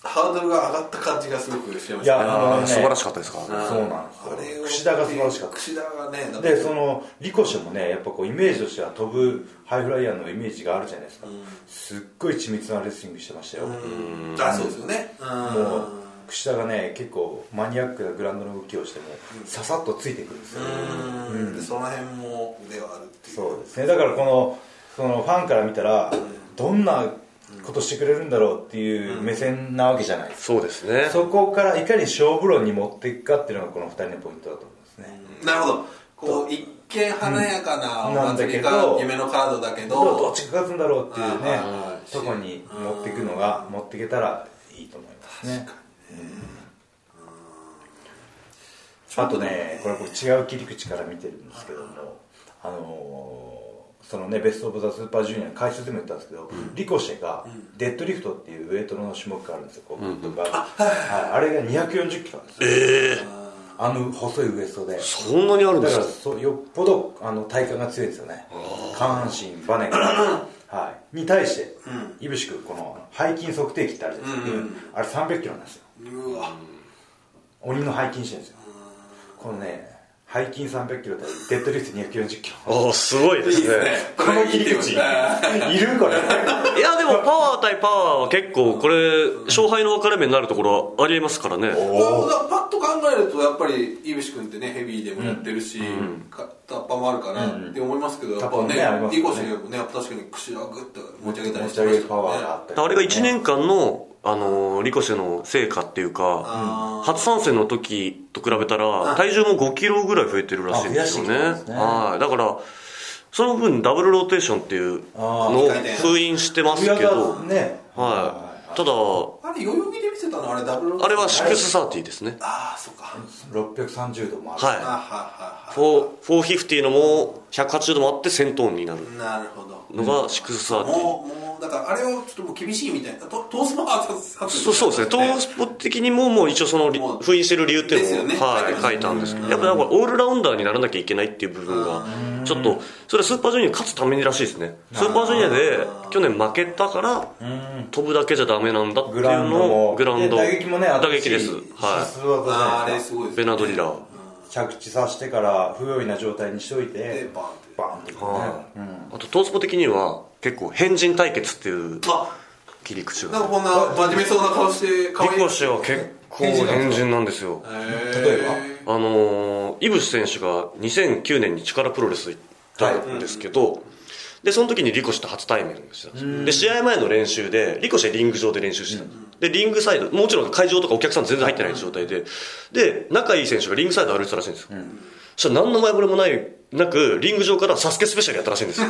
Speaker 2: ハードルが上がった感じがすごくしてま
Speaker 1: い
Speaker 2: した
Speaker 1: や
Speaker 2: ね
Speaker 1: あの
Speaker 3: あー
Speaker 1: ね
Speaker 3: 素晴らしかったですからね
Speaker 1: そうなんです
Speaker 2: あれ
Speaker 1: よ
Speaker 2: を
Speaker 1: 櫛田が素晴らしかった
Speaker 2: 櫛田がねだって
Speaker 1: でそのリコシェもねやっぱこうイメージとしては飛ぶハイフライヤーのイメージがあるじゃないですか、すっごい緻密なレスリングしてましたよ、
Speaker 2: うんあそうですよねうん
Speaker 1: もう櫛田がね結構マニアックなグラウンドの動きをしてもささっとついてくるんですよ、
Speaker 2: うんでその辺も腕はあるっていう
Speaker 1: そうですねだからこのそのファンから見たらどんなことしてくれるんだろうっていう目線なわけじゃないです
Speaker 3: そうですね
Speaker 1: かそこからいかに勝負論に持っていくかっていうのがこの2人のポイントだと思うんですね
Speaker 2: なるほどこう一見華やかな
Speaker 1: うん
Speaker 2: お
Speaker 1: なんだ
Speaker 2: 祭
Speaker 1: け
Speaker 2: り
Speaker 1: ど
Speaker 2: か夢のカードだけ
Speaker 1: どうど
Speaker 2: ど
Speaker 1: っちが勝つんだろうっていう
Speaker 2: はい
Speaker 1: ね
Speaker 2: はいはい
Speaker 1: とこに持っていくのが持っていけたらいいと思いますねうんあとねこれ僕違う切り口から見てるんですけどもあのーそのねベスト・オブ・ザ・スーパージュニアの解説でも言ったんですけど、リコシェがデッドリフトっていうウエイトの種目があるんですよこう、バーはいあれが240キロなんですよ、あの細いウエストで
Speaker 3: そんなにあるんで
Speaker 1: だ
Speaker 3: す
Speaker 1: か
Speaker 3: から
Speaker 1: そうよっぽどあの体幹が強いんですよね下半身バネが、はい、に対していぶしくこの背筋測定器ってあるじゃないですか、あれ3 0 0キロなんですよ
Speaker 2: うわ
Speaker 1: 鬼の背筋してるんですよこのね背筋3 0 0キロ対デッドリフト2 4 0キロ
Speaker 3: ああすごいですね
Speaker 1: この切り口いるこれ
Speaker 3: いやでもパワー対パワーは結構これ勝敗の分かれ目になるところはありえますからね
Speaker 2: これもだからパッと考えるとやっぱり井伏君ってねヘビーでもやってるし、かタッパーもあるかなって思いますけど、やっ
Speaker 1: タッパーもねあり
Speaker 2: ぱ
Speaker 1: ます
Speaker 2: ね
Speaker 1: ね
Speaker 2: 井越君もねやっぱ確かに櫛はグッと持ち上げた
Speaker 1: 持
Speaker 2: りし
Speaker 1: ち
Speaker 2: て
Speaker 1: 上
Speaker 2: ま
Speaker 1: げ
Speaker 2: し
Speaker 1: る
Speaker 2: た
Speaker 1: パワーがあ
Speaker 2: ね
Speaker 1: ったりと
Speaker 3: だか
Speaker 1: から
Speaker 3: あれが1
Speaker 1: ね
Speaker 3: 年間の、あのーリコシェの成果っていうか
Speaker 2: あー
Speaker 3: 初参戦の時と比べたら体重も5キロぐらい増えてるらしいんですよね
Speaker 1: あ増やしてきたんですね
Speaker 3: はいだからその分ダブルローテーションっていう
Speaker 1: あー
Speaker 3: のを
Speaker 2: 回転
Speaker 3: 封印してますけ
Speaker 1: 上
Speaker 3: ど、
Speaker 1: がね
Speaker 3: はい、ただ
Speaker 2: あれ代々木で見せたのあれダブル
Speaker 3: あれは630ですね
Speaker 2: ああそうか、
Speaker 1: 630度もある、
Speaker 2: あ
Speaker 3: は
Speaker 2: はい
Speaker 3: 4 450のも180度もあって1000トンになる
Speaker 2: いはいなるほど
Speaker 3: のが630
Speaker 2: もうもうだからあれをちょっともう厳しいみたいなトトースポは
Speaker 3: そうそうですね、トースポ的にも、もう一応その
Speaker 2: も、う
Speaker 3: 封印してる理由っていうのを、
Speaker 2: ですよね
Speaker 3: はい、書
Speaker 2: 書
Speaker 3: い
Speaker 2: いて
Speaker 3: た
Speaker 2: ますね
Speaker 3: んですけど、やっぱなんかオールラウンダーにならなきゃいけないっていう部分が、ちょっと、それはスーパージュニアに勝つためにらしいですね。スーパージュニアで、去年負けたから、飛ぶだけじゃダメなんだっていう
Speaker 1: グラウンド
Speaker 3: のを、
Speaker 1: も
Speaker 3: グラウンド。
Speaker 1: で打撃もねあった
Speaker 3: 打
Speaker 1: し
Speaker 3: 撃です。は
Speaker 1: 必須技じゃない
Speaker 2: あーあ
Speaker 1: で
Speaker 2: れ
Speaker 1: すか
Speaker 2: すごいで
Speaker 3: い。
Speaker 2: すね
Speaker 3: ベナドリラー。
Speaker 1: 着地させてから不用意な状態にしといて
Speaker 2: でバンって
Speaker 1: バンっていくね
Speaker 3: はいあと、トースポ的には、結構、変人対決っていう
Speaker 2: あ
Speaker 3: 切り口
Speaker 2: なんか
Speaker 3: が。
Speaker 2: こんな真面目そうな顔して可
Speaker 3: リ
Speaker 2: 愛い
Speaker 3: コシェは結構変人なんですよ。
Speaker 2: 例
Speaker 1: 例えば
Speaker 3: あのー、イブシ選手が2009年に力プロレス行ったんですけど、で、その時にリコシと初対面をしたんですよ。で、試合前の練習で、リコシはリング上で練習してた。で、リングサイド、もちろん会場とかお客さん全然入ってない状態で、で、仲いい選手がリングサイド歩いてたらしいんですよ。そしたら何の前触れもない、なく、リング上からサスケスペシャルやったらしいんですよ。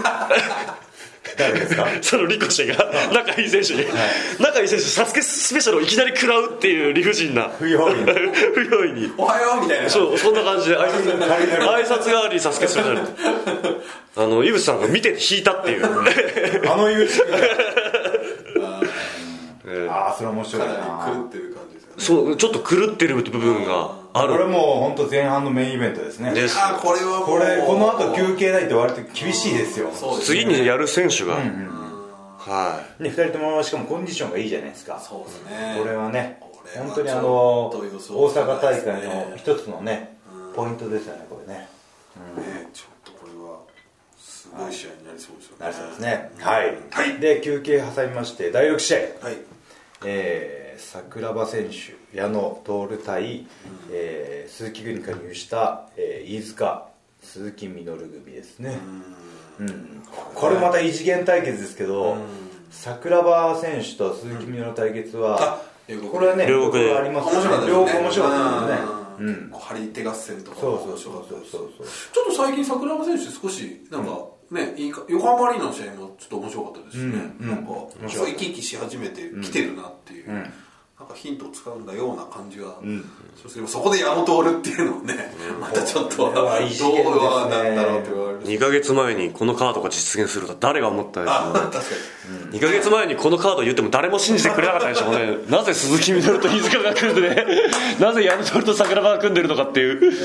Speaker 1: 誰ですか
Speaker 3: そのリコシェが仲いい選手に、仲いい選手、サスケスペシャルをいきなり食らうっていう理不尽な、
Speaker 1: 不用意
Speaker 3: 不用意に。
Speaker 2: おはようみたいな
Speaker 3: そう、そんな 感じで挨拶
Speaker 1: 軽い軽い
Speaker 3: 挨拶代わりにサスケスペシャルあの、井口さんが見てて引いたっていう。
Speaker 1: あの YouTube
Speaker 3: えー
Speaker 1: ああそれ面白
Speaker 2: か
Speaker 1: い
Speaker 2: なり狂
Speaker 1: な
Speaker 2: ってる感じですよね
Speaker 3: そう、ちょっと狂ってる部分があ
Speaker 1: これ
Speaker 3: る
Speaker 1: もう本当前半のメインイベントですね
Speaker 3: です。
Speaker 2: あーこれはもう
Speaker 1: これこの後休憩ないと割と厳しいですよ
Speaker 2: そうですね
Speaker 3: 次にやる選手が、は
Speaker 1: で2人ともしかもコンディションがいいじゃないですか
Speaker 2: そうですね
Speaker 1: これはね
Speaker 2: これは
Speaker 1: 本当にあ
Speaker 2: ち
Speaker 1: の
Speaker 2: ょ
Speaker 1: 大
Speaker 2: っと予想つか
Speaker 1: 阪
Speaker 2: ないで
Speaker 1: 大
Speaker 2: すね
Speaker 1: 会の一つのねポイントですよねこれね
Speaker 2: ねちょっとこれはすごい試合になりそうですよね
Speaker 1: なりそうですねはい、で休憩挟みまして第6試合
Speaker 2: はい
Speaker 1: えー桜庭選手矢野徹対、えー鈴木軍に加入した、えー飯塚鈴木実組ですね、うんこれまた異次元対決ですけど、桜庭選手と鈴木実の対決は、
Speaker 2: うんあ
Speaker 1: これはね
Speaker 3: 両国で
Speaker 1: これはあります
Speaker 2: 面白かったですね
Speaker 1: 両国面白かったですね
Speaker 2: うん結構張り手合戦とか
Speaker 1: そう
Speaker 2: も
Speaker 1: そう
Speaker 2: 面
Speaker 1: そ
Speaker 2: 白
Speaker 1: う
Speaker 2: かったです
Speaker 1: そうそう
Speaker 2: ちょっと最近桜庭選手少しなんかねいいか横浜アリーナの試合もちょっと面白かったですしねなんかすごい生き生きし始めてきてるなっていうなんかヒントを掴んだような感じがそしてそこで矢野徹っていうのをね またちょっとどう
Speaker 1: これは異次元ですね
Speaker 2: なんだろうって言われ
Speaker 3: い。
Speaker 2: る
Speaker 3: 2ヶ月前にこのカードが実現するとは誰が思ったでしょう
Speaker 2: あ
Speaker 3: ね
Speaker 2: 確かに
Speaker 3: 2ヶ月前にこのカード言っても誰も信じてくれなかったでしょ うねなぜ鈴木みのると飯塚が組んでねなぜ矢野徹と桜庭が組んでるのかって いう
Speaker 1: ね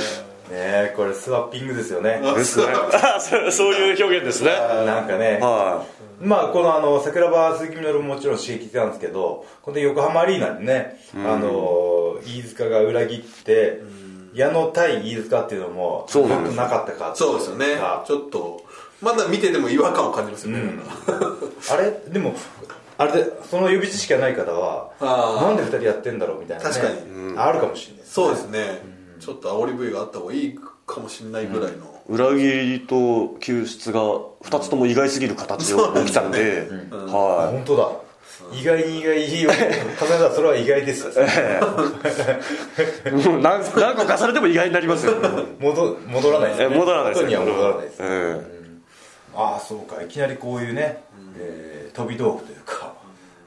Speaker 1: えこれスワッピングですよね
Speaker 3: ですね あそうそういう表現ですね
Speaker 1: なんかね、
Speaker 3: は
Speaker 1: まあこのあの桜庭鈴木みのるももちろん刺激なんですけどこの横浜アリーナでね、あの飯塚が裏切って、矢野対飯塚っていうのも
Speaker 3: そう
Speaker 1: 良
Speaker 3: なんで
Speaker 1: く
Speaker 3: す
Speaker 1: なかったか
Speaker 2: そうですよね
Speaker 1: あ
Speaker 2: ちょっとまだ見てても違和感を感じますよね、なんか
Speaker 1: あれでもあれでその予備知識がない方は
Speaker 2: あー
Speaker 1: なんで2人やってんだろうみたいな、ね、
Speaker 2: 確かに
Speaker 1: あるかもしれないです
Speaker 2: そうですね、ちょっと煽り部位があった方がいいかもしれないぐらいの、
Speaker 3: い、裏切りと救出が2つとも意外すぎる形を起きたんで、
Speaker 1: あ
Speaker 3: はい
Speaker 1: 本当だ意外に意外いいよ風間さんそれは意外ですよ
Speaker 3: も う何何個重ねても意外になりますよ
Speaker 1: 戻戻らないです
Speaker 3: え
Speaker 1: ね
Speaker 3: 戻らないです
Speaker 1: 元には戻らないです
Speaker 3: え
Speaker 1: ああそうかいきなりこういうね、えー飛び道具というか、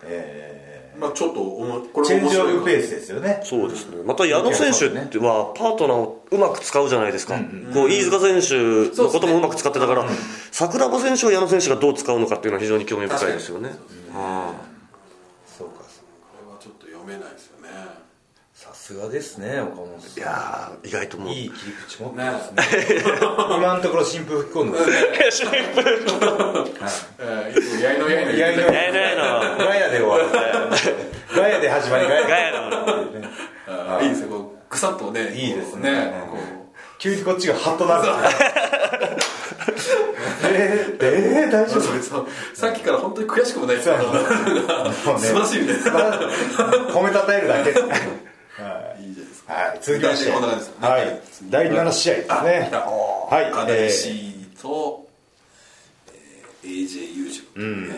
Speaker 1: え
Speaker 2: まあちょっとおもこ
Speaker 1: ー、チ
Speaker 2: れ
Speaker 1: ェン
Speaker 2: 面
Speaker 1: ジオ
Speaker 2: 白い
Speaker 1: ブ
Speaker 2: な
Speaker 1: ペースですよね
Speaker 3: えそうですねまた矢野選手ってはパートナーをうまく使うじゃないですか、こう飯塚選手のこともうまく使ってたから、桜庭選手を矢野選手がどう使うのかっていうのは非常に興味深いですよねはい
Speaker 1: そうかそうか
Speaker 2: これはちょっと読めないですよね
Speaker 1: さすがですね岡本さん
Speaker 3: いやー意外ともう
Speaker 1: いい切り口持ってますね今のところ新風吹き込んでますね
Speaker 2: ええいつもやいのやいの
Speaker 1: 意外に
Speaker 3: やいないな
Speaker 1: ガヤで終わるガヤで始まりガヤ
Speaker 3: ガヤだな
Speaker 2: ああいいですねこうぐさっとね
Speaker 1: いいですね
Speaker 2: ねこ
Speaker 1: 急にこっちがハッとなる えー、えー、大丈
Speaker 2: う
Speaker 1: 夫
Speaker 2: そうそうさっきから本当に悔しくもないですけど
Speaker 1: そう もうね
Speaker 2: 素晴らしいね
Speaker 1: 素晴らしい褒めたたえるだ け
Speaker 2: いいじゃないですか
Speaker 1: はい、続きまして、
Speaker 2: こんな感じですね
Speaker 1: はい、第7試合ですね。はい、
Speaker 2: カ
Speaker 1: え
Speaker 2: ダシ
Speaker 1: ー
Speaker 2: と、えー AJ ユージ、ね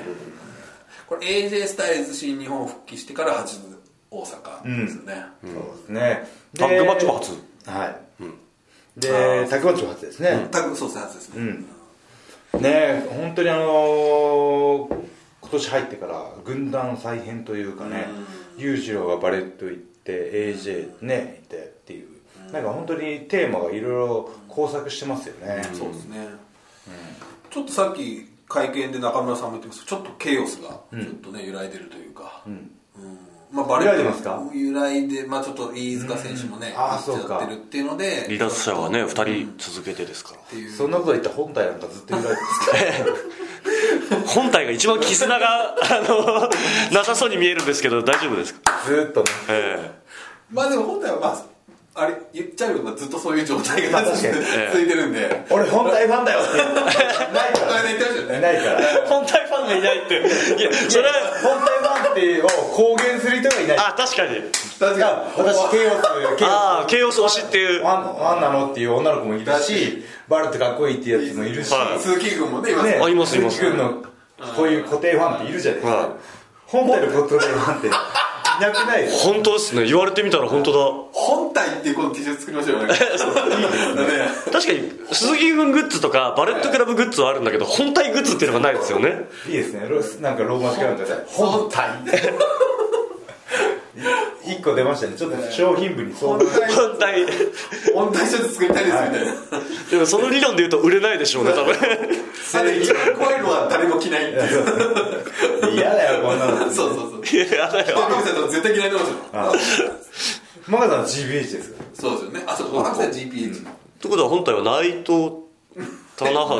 Speaker 2: これ AJ スタイルズ新日本復帰してから初大阪ですよね、
Speaker 1: そうですね。で
Speaker 3: タッグマッチも初
Speaker 1: はい。で、タッグマッチも初ですね。
Speaker 2: 全くそうですね初ですね、
Speaker 1: ね、本当にあのー今年入ってから軍団再編というかね、裕次郎がバレット行って、AJ ね、行ってっていう。なんか本当にテーマがいろいろ交錯してますよね。
Speaker 2: そうですね、ちょっとさっき会見で中村さんも言ってますけどちょっとケイオスがちょっとね、揺らいでるというか、うんまあ、バレ
Speaker 1: 揺らいでますか
Speaker 2: 揺らいで、まあ、ちょっと飯塚選手もね、
Speaker 1: んあー
Speaker 2: 行っちゃって
Speaker 1: そう
Speaker 2: るっていうので
Speaker 3: 離脱者はね2人続けてですから
Speaker 2: っていう
Speaker 1: そんなこと言ったら本体なんかずっと揺られてますけど
Speaker 3: 本体が一番絆があのなさそうに見えるんですけど大丈夫ですか、
Speaker 1: ずーっとね。
Speaker 3: え
Speaker 2: まあでも本来はまああれ言っちゃえばずっとそういう状態
Speaker 1: まあ
Speaker 2: が
Speaker 1: 確
Speaker 2: 続
Speaker 1: かに
Speaker 2: いてるんで、
Speaker 1: 俺本体ファンだよってないか
Speaker 2: これね言ってましたよ
Speaker 1: ら
Speaker 2: ね
Speaker 1: ないから
Speaker 3: え本体ファンがいないっていやそれは
Speaker 1: 本体パティを公言する人がいない
Speaker 3: あ、確かに。
Speaker 2: 確
Speaker 1: が
Speaker 2: かに
Speaker 1: 私ケイオスケイオス
Speaker 3: ああ、ケイオス推しっていう。
Speaker 1: ファンファンなのっていう女の子もいたしバルってかっこいいっていうやつもいるし、
Speaker 3: は
Speaker 2: 鈴木君もね今
Speaker 1: ね
Speaker 3: あいますいます
Speaker 1: 鈴木君のこういう固定ファンっているじゃないですか、
Speaker 3: はい
Speaker 1: 本体の固定ファンっていなくないです
Speaker 3: 本当ですね。言われてみたら本当
Speaker 2: 本体っていうこの T シャツ作りましょ うよね ね
Speaker 3: だ。確かに、鈴木軍グッズとか、バレットクラブグッズはあるんだけど、本体グッズっていうのがないですよね。
Speaker 1: いいですねロなんかローマ字かなんかで
Speaker 2: 本体
Speaker 1: 一個出ましたねちょっと商品部に相
Speaker 2: 本
Speaker 1: 談
Speaker 2: 体
Speaker 3: 本体。
Speaker 2: 本体シャツ作りたいですみたいな、
Speaker 3: でもその理論で言うと売れないでしょうね、 多分。
Speaker 2: ただ一番怖いのは誰も着ないっていう
Speaker 1: 嫌だよこんなの
Speaker 2: そうそうそう
Speaker 3: いや、だよ。
Speaker 2: 赤見さんとか絶対着ないと思うんですよ
Speaker 1: マガさんは GBH ですか
Speaker 2: そうですよねあそうか赤見さん GPH の
Speaker 3: ってことは本体は内藤、棚橋、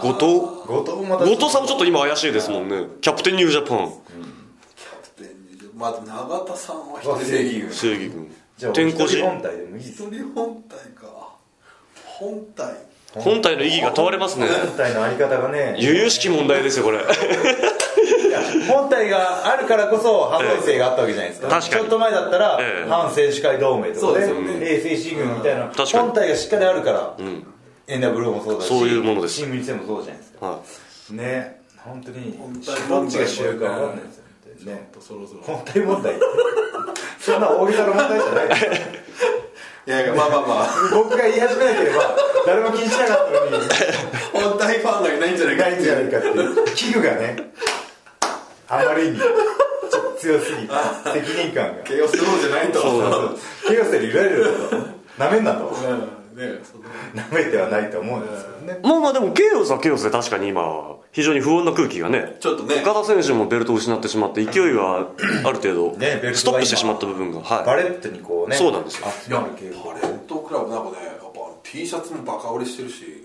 Speaker 3: 後藤
Speaker 1: 後藤また
Speaker 3: 後藤さんもちょっと今怪しいですもんね。キャプテンニュージャパン、
Speaker 2: キャプテンにまあ永田さんは一人正義軍
Speaker 3: 正義軍
Speaker 1: じゃあ。
Speaker 3: 天候
Speaker 1: 一人
Speaker 3: し
Speaker 1: 本体でもいいです
Speaker 2: 一人本体か本体
Speaker 3: 本体の意義が問われますね。
Speaker 1: 本体のあり方がね
Speaker 3: 由々しき問題ですよ、これ。
Speaker 1: いや本体があるからこそ反省性があったわけじゃないですか,、
Speaker 3: 確かに
Speaker 1: ちょっと前だったら、
Speaker 3: ええ
Speaker 1: 反選手会同盟と
Speaker 2: そう
Speaker 1: か
Speaker 2: で
Speaker 1: ね
Speaker 2: すよね
Speaker 1: 衛星新軍みたいな、
Speaker 3: 確かに
Speaker 1: 本体がしっかりあるから、エンダブルーもそうだし
Speaker 3: そういうものです
Speaker 1: 新聞にしてもそうじゃないですか
Speaker 3: は
Speaker 1: ね本当に
Speaker 2: 本体問題
Speaker 1: どっちが主役か分かんないですよね
Speaker 2: とそろそろ
Speaker 1: 本体問題そんな大げさな問題じゃないです
Speaker 2: いやいやまあまあま あ
Speaker 1: 僕が言い始めなければ誰も気にしなかったのに
Speaker 2: 本体ファンがいないんじゃないか
Speaker 1: ないんじゃないかっていう器具がねあまりに強すぎて責任感が
Speaker 2: 形容する方じゃないと
Speaker 3: そうだ
Speaker 1: ケイオスよりいわゆるなめんなと
Speaker 2: うんねその
Speaker 1: なめてはないと思うんですけどね
Speaker 3: い。まあまあでも、ケイオスはケイオスで確かに今、非常に不穏な空気がね、
Speaker 2: ちょっとね
Speaker 3: 岡田選手もベルトを失ってしまって、勢いはある程度
Speaker 1: ねベルトが、今
Speaker 3: ストップしてしまった部分が、
Speaker 1: バ
Speaker 3: は
Speaker 1: レットにこうね
Speaker 3: そうなんですよ
Speaker 1: 集まる傾向
Speaker 2: バレットクラブなんかねやっぱ T シャツもバカ売れしてるし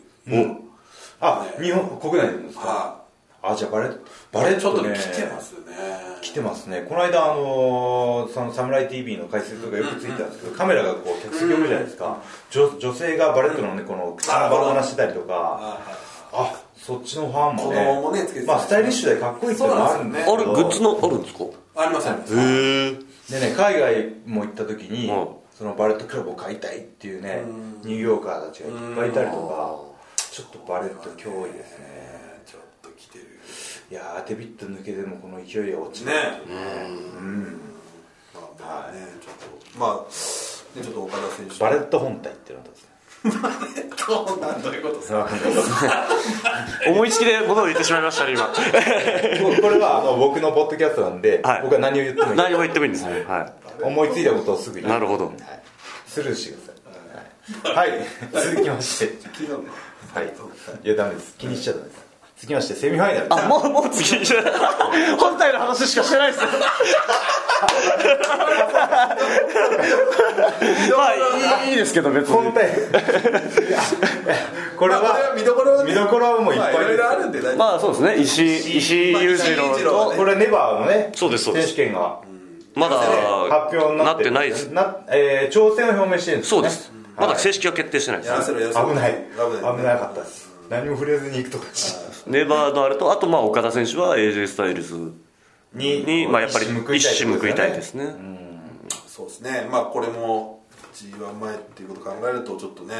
Speaker 1: あ日本国内でもですか
Speaker 2: は
Speaker 1: あじゃあバレット
Speaker 2: い
Speaker 1: バレッ
Speaker 2: ちょっ
Speaker 1: ト
Speaker 2: と
Speaker 1: ね
Speaker 2: ね来てますよね
Speaker 1: 来てますねこの間あのーその「サムライ TV」の解説とかよくついたんですけどカメラがこう客席を見るじゃないですか女女性がバレットのねこの口のバラバラしてたりとかあそっちのファンもね
Speaker 2: 子供もねつけてた
Speaker 1: まあスタイリッシュでかっこいいっていうのもあるんです
Speaker 3: い。
Speaker 1: け
Speaker 3: あ
Speaker 1: ど
Speaker 3: れ、グッズの、あるんですか
Speaker 2: ありません
Speaker 3: へー。
Speaker 1: でね海外も行った時に、
Speaker 3: うん
Speaker 1: そのバレットクラブを買いたいっていうねニューヨーカーたちがいっぱいいたりとかちょっとバレット脅威ですね
Speaker 2: ちょっと来てる
Speaker 1: いやーデビット抜けでもこの勢いは落ち
Speaker 2: ね
Speaker 1: ない、
Speaker 2: まあまあねちょっとまあねちょっと岡田選手
Speaker 1: バレット本体っていうのとですね
Speaker 2: どうなんどういうことですか
Speaker 3: 思いつきで物を言ってしまいましたね、今。
Speaker 1: これはあの僕のポッドキャストなんで、
Speaker 3: はい
Speaker 1: 僕は何を言ってもいい
Speaker 3: 何も言ってもいいんですね。は
Speaker 1: 思いついたことをすぐ言
Speaker 3: い。
Speaker 1: う
Speaker 3: なるほど。
Speaker 1: はい、スルーしてくださいはい、はい、続きまして
Speaker 2: 昨日の
Speaker 1: はいいやダメです気にしちゃダメです続きましてセミファイナル
Speaker 3: あ、もう、もう次、 本体の話しかしてないですね。まあ、いいいいですけど、別
Speaker 1: 本
Speaker 3: に。
Speaker 1: 体これ
Speaker 2: まあ
Speaker 1: は
Speaker 2: 見どころはね
Speaker 1: 見どころもいっぱい
Speaker 2: まあろ
Speaker 1: で
Speaker 2: い
Speaker 1: す
Speaker 2: ろあるんで大丈夫
Speaker 3: まあ、そうですね。石井、石井
Speaker 2: まあ
Speaker 3: 裕次
Speaker 2: 石井裕次郎
Speaker 3: 郎と、
Speaker 2: はね
Speaker 1: これネバーのね
Speaker 3: そうですそうです
Speaker 1: 選手権が
Speaker 3: まだ
Speaker 1: 発表にな
Speaker 3: な
Speaker 1: っ
Speaker 3: っててないです。
Speaker 1: なえー挑戦を表明してるんです
Speaker 3: そ
Speaker 1: よ
Speaker 3: うで
Speaker 1: ね
Speaker 3: す。まだ正式は決定してないです
Speaker 2: やらせろやらせろ
Speaker 1: 危ない
Speaker 2: 危ない
Speaker 1: 危なかったです何も触れずに行くとか
Speaker 3: ネバーのあれと、あと、まあ、岡田選手は AJ スタイルズ
Speaker 1: に
Speaker 3: に、まあ、やっぱり一矢
Speaker 1: ってこと
Speaker 3: 報いたい
Speaker 1: よね
Speaker 3: ですね。
Speaker 2: そうですねまあこれも G1 前っていうこと考えるとちょっとね、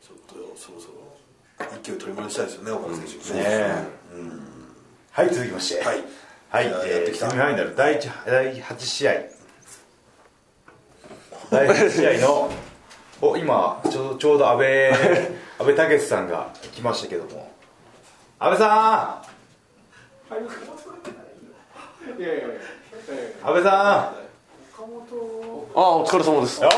Speaker 2: ちょっとそろそろ勢い取り戻したいですよね岡田選手も
Speaker 1: ねえはい続きまして
Speaker 2: はい
Speaker 1: はい
Speaker 2: じゃあ
Speaker 1: えー
Speaker 2: やっ
Speaker 1: セ
Speaker 2: てき
Speaker 1: ミ
Speaker 2: た
Speaker 1: ファイナル第一第8試合第8試合のお今ちょうちょうど安倍安倍武さんが来ましたけども安倍さ
Speaker 4: いやいやい
Speaker 1: ん
Speaker 4: や、
Speaker 1: 安倍さん
Speaker 4: 岡本
Speaker 3: ああ、お疲れ様です。
Speaker 1: よ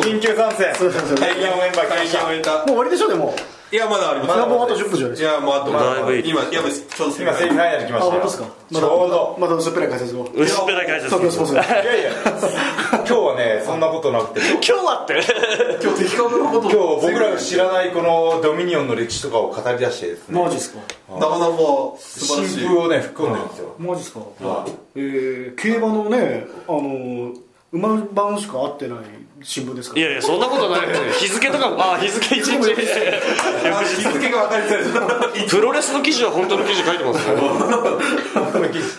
Speaker 1: 緊急参戦会議のメンバー会議のメン
Speaker 4: もう終わりでしょでも
Speaker 2: いやまだあります
Speaker 4: まだもうあと10分じゃない
Speaker 2: い
Speaker 4: ですか
Speaker 2: やもうあと
Speaker 3: だいぶいい
Speaker 2: 今いやもうちょう
Speaker 1: 今
Speaker 2: ど
Speaker 1: セミファイナル来ま
Speaker 4: あ
Speaker 1: した
Speaker 4: 本当
Speaker 1: よ
Speaker 4: ですかま
Speaker 1: ち
Speaker 4: だ
Speaker 1: ょうど
Speaker 4: まだ薄っぺらい解説を
Speaker 3: 薄っぺらい解説。
Speaker 4: 東京スポ
Speaker 3: 今
Speaker 4: ーツで
Speaker 1: いやいや今日はねそんなことなくて今
Speaker 3: 日はって。
Speaker 2: 今日的確なこと
Speaker 1: 日僕らが知らないこのドミニオンの歴史とかを語り出してですね
Speaker 4: マジっすか
Speaker 2: なかなか素
Speaker 1: 新
Speaker 2: 晴らしい
Speaker 1: 風をね吹っ込んでるんですよ
Speaker 4: マジっすかえー競馬のねあのー馬番しか会ってない新聞ですか
Speaker 3: い
Speaker 4: ら
Speaker 3: やいやそんなことない日付とかもああ日付一
Speaker 2: 日
Speaker 3: 日
Speaker 2: 付が分かりづらい
Speaker 3: プロレスの記事は本当の記事書いてますね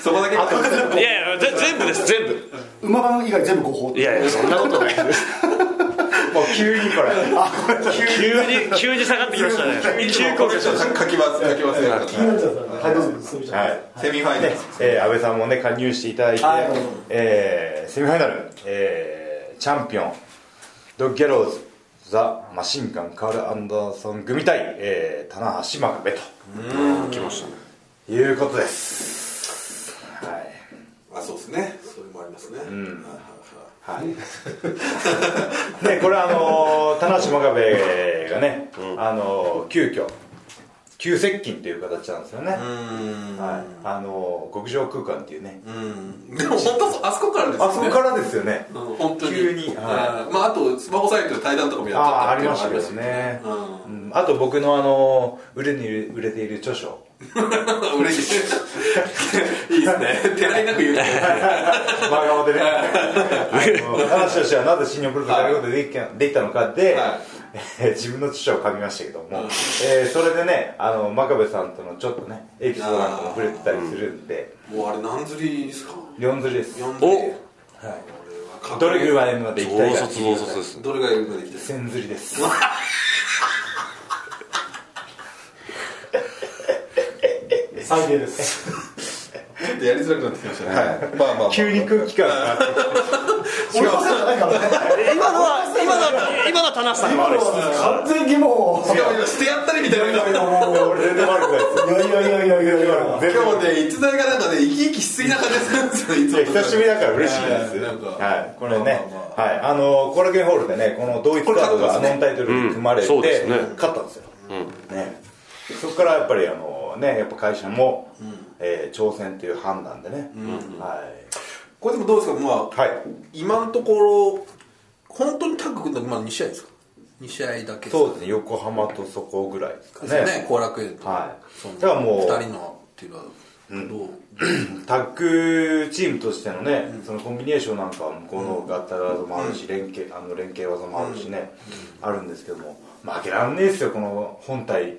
Speaker 2: そこだけ
Speaker 3: いやいやぜ全部です全部
Speaker 4: 馬番以外全部誤報
Speaker 3: いやいやそんなことない
Speaker 1: もう急にこれ
Speaker 3: 急に急に下がってきましたね急降
Speaker 2: これ
Speaker 3: 下
Speaker 2: ち
Speaker 3: し
Speaker 2: ょっ
Speaker 3: ま
Speaker 2: と
Speaker 3: した
Speaker 2: 書きます書きます
Speaker 4: はいどうぞすみちゃん
Speaker 1: はい
Speaker 2: セミファイナル
Speaker 1: えー、安倍さんもね加入していただいて、
Speaker 4: はい
Speaker 1: えーセミファイナル、えーチャンピオンドッグギャローズザ・マシンガンカール・アンダーソン組対、えー、棚橋真壁と
Speaker 3: 来ましたね
Speaker 1: いうことですはい
Speaker 2: あそうですねそれもありますねは
Speaker 1: は
Speaker 2: い
Speaker 1: い、ねこれあのー田中真壁がね、あのー急遽急接近という形なんですよね、はい、あのー極上空間っていうね、
Speaker 2: うんでも本当そうあそこからですよ
Speaker 1: あ
Speaker 2: ね
Speaker 1: そこからですよね、
Speaker 2: うん本当に
Speaker 1: 急に
Speaker 2: あーまああとスマホサイトで対談とかもやっ
Speaker 1: あ
Speaker 2: ち
Speaker 1: あ
Speaker 2: ゃ
Speaker 1: ー
Speaker 2: っ
Speaker 1: あ
Speaker 2: た
Speaker 1: りましたけど
Speaker 2: す
Speaker 1: ね、
Speaker 2: う
Speaker 1: うんあと僕のあのー売れに売れている著書
Speaker 2: 嬉しいいいですね手らいなく言うね
Speaker 1: 真顔でね話としてはなぜ新日本プロレスがこういうことできたできたのかで、
Speaker 2: は
Speaker 1: 自分の著書を書きましたけども、えーそれでねあの真壁さんとのちょっとねエピソードなんかも触れてたりするんで
Speaker 2: もうあれ何釣りですか
Speaker 1: 4釣りです
Speaker 2: 四釣り
Speaker 3: お
Speaker 2: はい
Speaker 1: どれぐらいまで行きたい
Speaker 3: 増
Speaker 1: か
Speaker 3: 卒増卒です
Speaker 2: どれぐらいまで行きたいですか
Speaker 1: 千釣りです
Speaker 4: 最低です
Speaker 2: ちょっとやりづらくなってきましたねはいまあまあ
Speaker 1: 急に空気感が変わって
Speaker 4: 俺のせいじゃないからね
Speaker 3: 今のは今のは今のは田中さんが悪いです
Speaker 4: 完全にもう
Speaker 2: 今してやったりみたいな今
Speaker 1: 俺全然悪くないです
Speaker 4: いやいやいやいやいやいや
Speaker 1: 全然悪く
Speaker 2: 日ねいつだかなんかね生き生きしすぎな感じがするんですよいつ
Speaker 1: い
Speaker 2: も
Speaker 1: や久しぶりだから嬉しいです
Speaker 2: いやいやなんか
Speaker 1: はいこれね
Speaker 2: まあまあ
Speaker 1: はいあのコラケンホールでねこの同一カードが
Speaker 2: これ勝ってますね
Speaker 1: ノンタイトルに組まれて
Speaker 3: うんそうですね
Speaker 1: 勝ったんですよねそこからやっぱりあのねやっぱ会社もえー挑戦という判断でねはい
Speaker 2: これでもどうですかまあ
Speaker 1: はい
Speaker 2: 今のところ本当にタッグ組んだのまだ2試合ですか2試合だけですか
Speaker 1: そうですね横浜とそこぐらいですか
Speaker 2: ですよね
Speaker 1: ね
Speaker 2: 後楽園と
Speaker 1: はい
Speaker 2: その
Speaker 1: だからもう
Speaker 2: 2人のっていうのはどう
Speaker 1: タッグチームとしてのね、そのコンビネーションなんかは向こうのガッタ技もあるし、連携あの連携技もあるしね、あるんですけども負けらんねえですよこの本体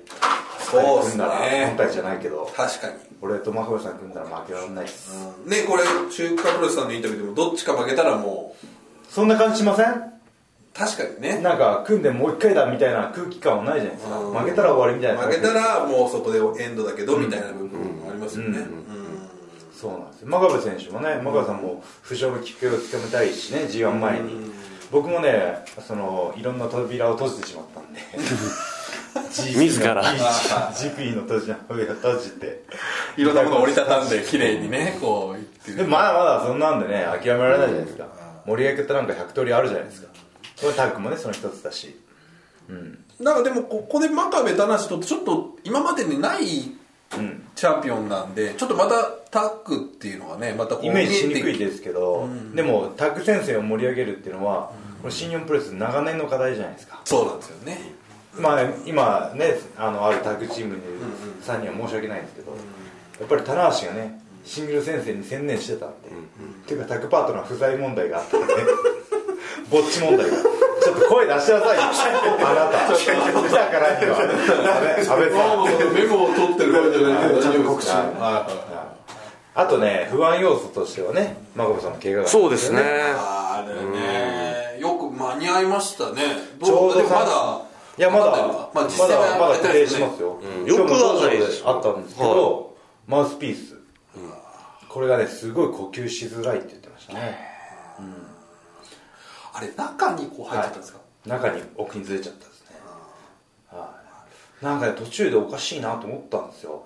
Speaker 2: そうっ
Speaker 1: 組
Speaker 2: すね
Speaker 1: んだら本体じゃないけど
Speaker 2: 確かに
Speaker 1: 俺と真壁さん組んだら負けらんないです、
Speaker 2: ねこれ中華プロレスさんのインタビューでもどっちか負けたらもう
Speaker 1: そんな感じしません
Speaker 2: 確かにね
Speaker 1: なんか組んでもう一回だみたいな空気感はないじゃないですか、
Speaker 2: うん
Speaker 1: 負けたら終わりみたいな
Speaker 2: 負けたらもうそこでエンドだけどみたいな部分もありますよね
Speaker 1: そうなんですよ真壁選手もね真壁さんも負傷のきっかけをつかめたいしね g 1前に、僕もねそのいろんな扉を閉じてしまったん で GP の
Speaker 3: 自ら
Speaker 1: GP の扉を閉じて
Speaker 2: いろんなものを折りたたんで綺麗にねこういって
Speaker 1: でもまだまだそんなんでね諦められないじゃないですか、盛り上げ方なんか100通りあるじゃないですかこれタッグもねその一つだし
Speaker 2: なんかでもここで真壁棚橋とちょっと今までにないチャンピオンなんでちょっとまたタッグっていうのがねまたこう
Speaker 1: イメージしにくい
Speaker 2: 見えて
Speaker 1: ですけど、でもタッグ戦線を盛り上げるっていうのは、これ新日本プロレス長年の課題じゃないですか
Speaker 2: そうなんですよね
Speaker 1: まあ今ねあのあるタッグチームにいる3人は申し訳ないんですけど、やっぱり棚橋がねシングル先生に専念してたんで、っていうかタッグパートナー不在問題があったんで ぼっち問題がちょっと声出し なさいよあなた来たからには安倍さん
Speaker 2: メモを取ってるわけじゃないけど大丈夫
Speaker 1: 告知あとね不安要素としてはね真壁さんの怪我が
Speaker 3: そうですね
Speaker 2: あれねよく間に合いましたね
Speaker 1: ちょうど
Speaker 2: でもまだ
Speaker 1: いやまだ
Speaker 2: ま
Speaker 1: ま
Speaker 2: あ
Speaker 1: だ
Speaker 2: 実際は
Speaker 1: ま
Speaker 2: や
Speaker 1: だ
Speaker 2: って
Speaker 1: 固
Speaker 2: ない
Speaker 1: 定
Speaker 2: です
Speaker 1: し
Speaker 2: ね
Speaker 1: ますよ
Speaker 3: んよくはない
Speaker 1: で
Speaker 3: ですす
Speaker 1: あったんですけどマウスピースこれがねすごい呼吸しづらいって言ってましたね
Speaker 2: あれ中にこう入っちゃったんですか
Speaker 1: 中に奥にずれちゃったんですねはいなんかね途中でおかしいなと思ったんですよ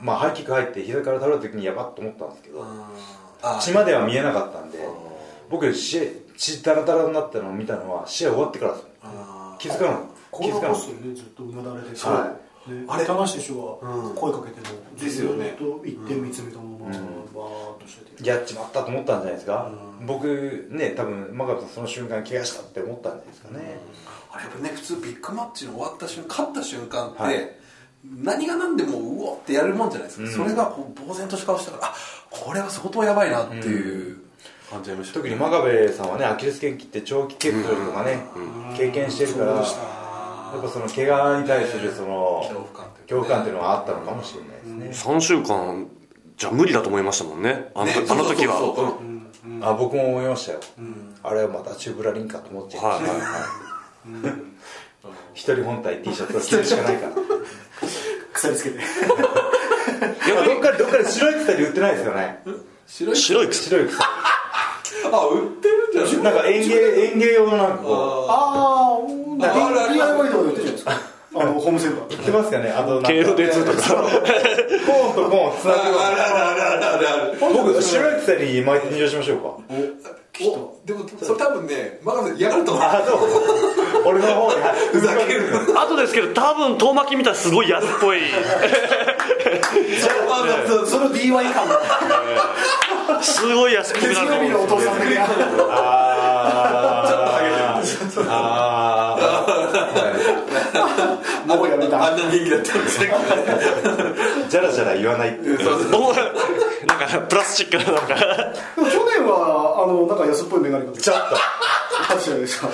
Speaker 1: まあハイキック入って膝から倒れた時にやばっと思ったんですけど
Speaker 2: あ
Speaker 1: 血までは見えなかったんで僕血血ダラダラになったのを見たのは試合終わってからですよ気づかなかった
Speaker 4: こ
Speaker 1: 気
Speaker 4: んな
Speaker 1: づか
Speaker 4: こと
Speaker 1: なか
Speaker 4: で
Speaker 1: っ
Speaker 4: すよねずっとうなだれでし
Speaker 1: は
Speaker 4: あれ高橋手は声かけても
Speaker 2: ですよね
Speaker 4: ずっと一点見つめたままバーっとしてて
Speaker 1: たやっちまったと思ったんじゃないですか僕ね多分真壁さんその瞬間怪我したって思ったんじゃないですかね
Speaker 2: あれやっぱね普通ビッグマッチの終わった瞬間勝った瞬間って、
Speaker 1: はい
Speaker 2: 何が何でもうおってやるもんじゃないですか、それがこう呆然とし顔したからあこれは相当やばいなっていう、感じちゃいました
Speaker 1: 特に真壁さんはねアキレス腱切って長期欠航とかね、経験してるからやっぱその怪我に対するその
Speaker 2: 恐怖感というかね
Speaker 1: 恐怖感っていうのがあったのかもしれないですね、
Speaker 3: 3週間じゃ無理だと思いましたもんねあの,、
Speaker 2: ね
Speaker 3: あの時は
Speaker 2: そうそうそううん
Speaker 1: あ僕も思いましたよ、あれはまたチューブラリンかと思って、
Speaker 3: はいはいはい
Speaker 1: 一人本体 T シャツを着るしか ないから
Speaker 4: 鎖つけて
Speaker 1: あどっかでどっかで白い鎖売ってないですよね
Speaker 2: 白い
Speaker 3: 白い草
Speaker 1: 白い鎖
Speaker 2: あ売ってるんじゃない
Speaker 1: なんか園芸園芸用のなんかこ
Speaker 2: あ
Speaker 4: あー
Speaker 2: ああるあ
Speaker 4: あ
Speaker 2: る
Speaker 4: DIY とかで売ってるじゃないですかあのホームセンター
Speaker 1: う売ってますかねあとなんか
Speaker 3: 慶応でずっと
Speaker 1: コーンとコーンつな
Speaker 2: ーあ
Speaker 1: ぐ
Speaker 2: るあるあるあるあるある
Speaker 1: 僕白い鎖に巻いて入場しましょうか
Speaker 2: おでもそれ多分ねマガさん嫌がると思う
Speaker 1: あそう俺の方に
Speaker 2: ふざけるの
Speaker 3: あとですけど多分遠巻き見たらすごい安っぽい
Speaker 4: その DIY 感が
Speaker 3: すごい安っぽくな
Speaker 4: 手
Speaker 3: ると
Speaker 4: 作りの
Speaker 3: 思
Speaker 4: お
Speaker 3: うんです
Speaker 4: 父さんで
Speaker 1: あーあ
Speaker 4: 名古屋見
Speaker 2: あ
Speaker 4: た
Speaker 2: んな人気だったんですね
Speaker 1: ーじゃらじゃら言わないって いう
Speaker 3: よ お前なんかプラスチックななんか
Speaker 4: でも去年はあのなんか安っぽいメガネかけて
Speaker 1: ちょっと
Speaker 4: タッチ でした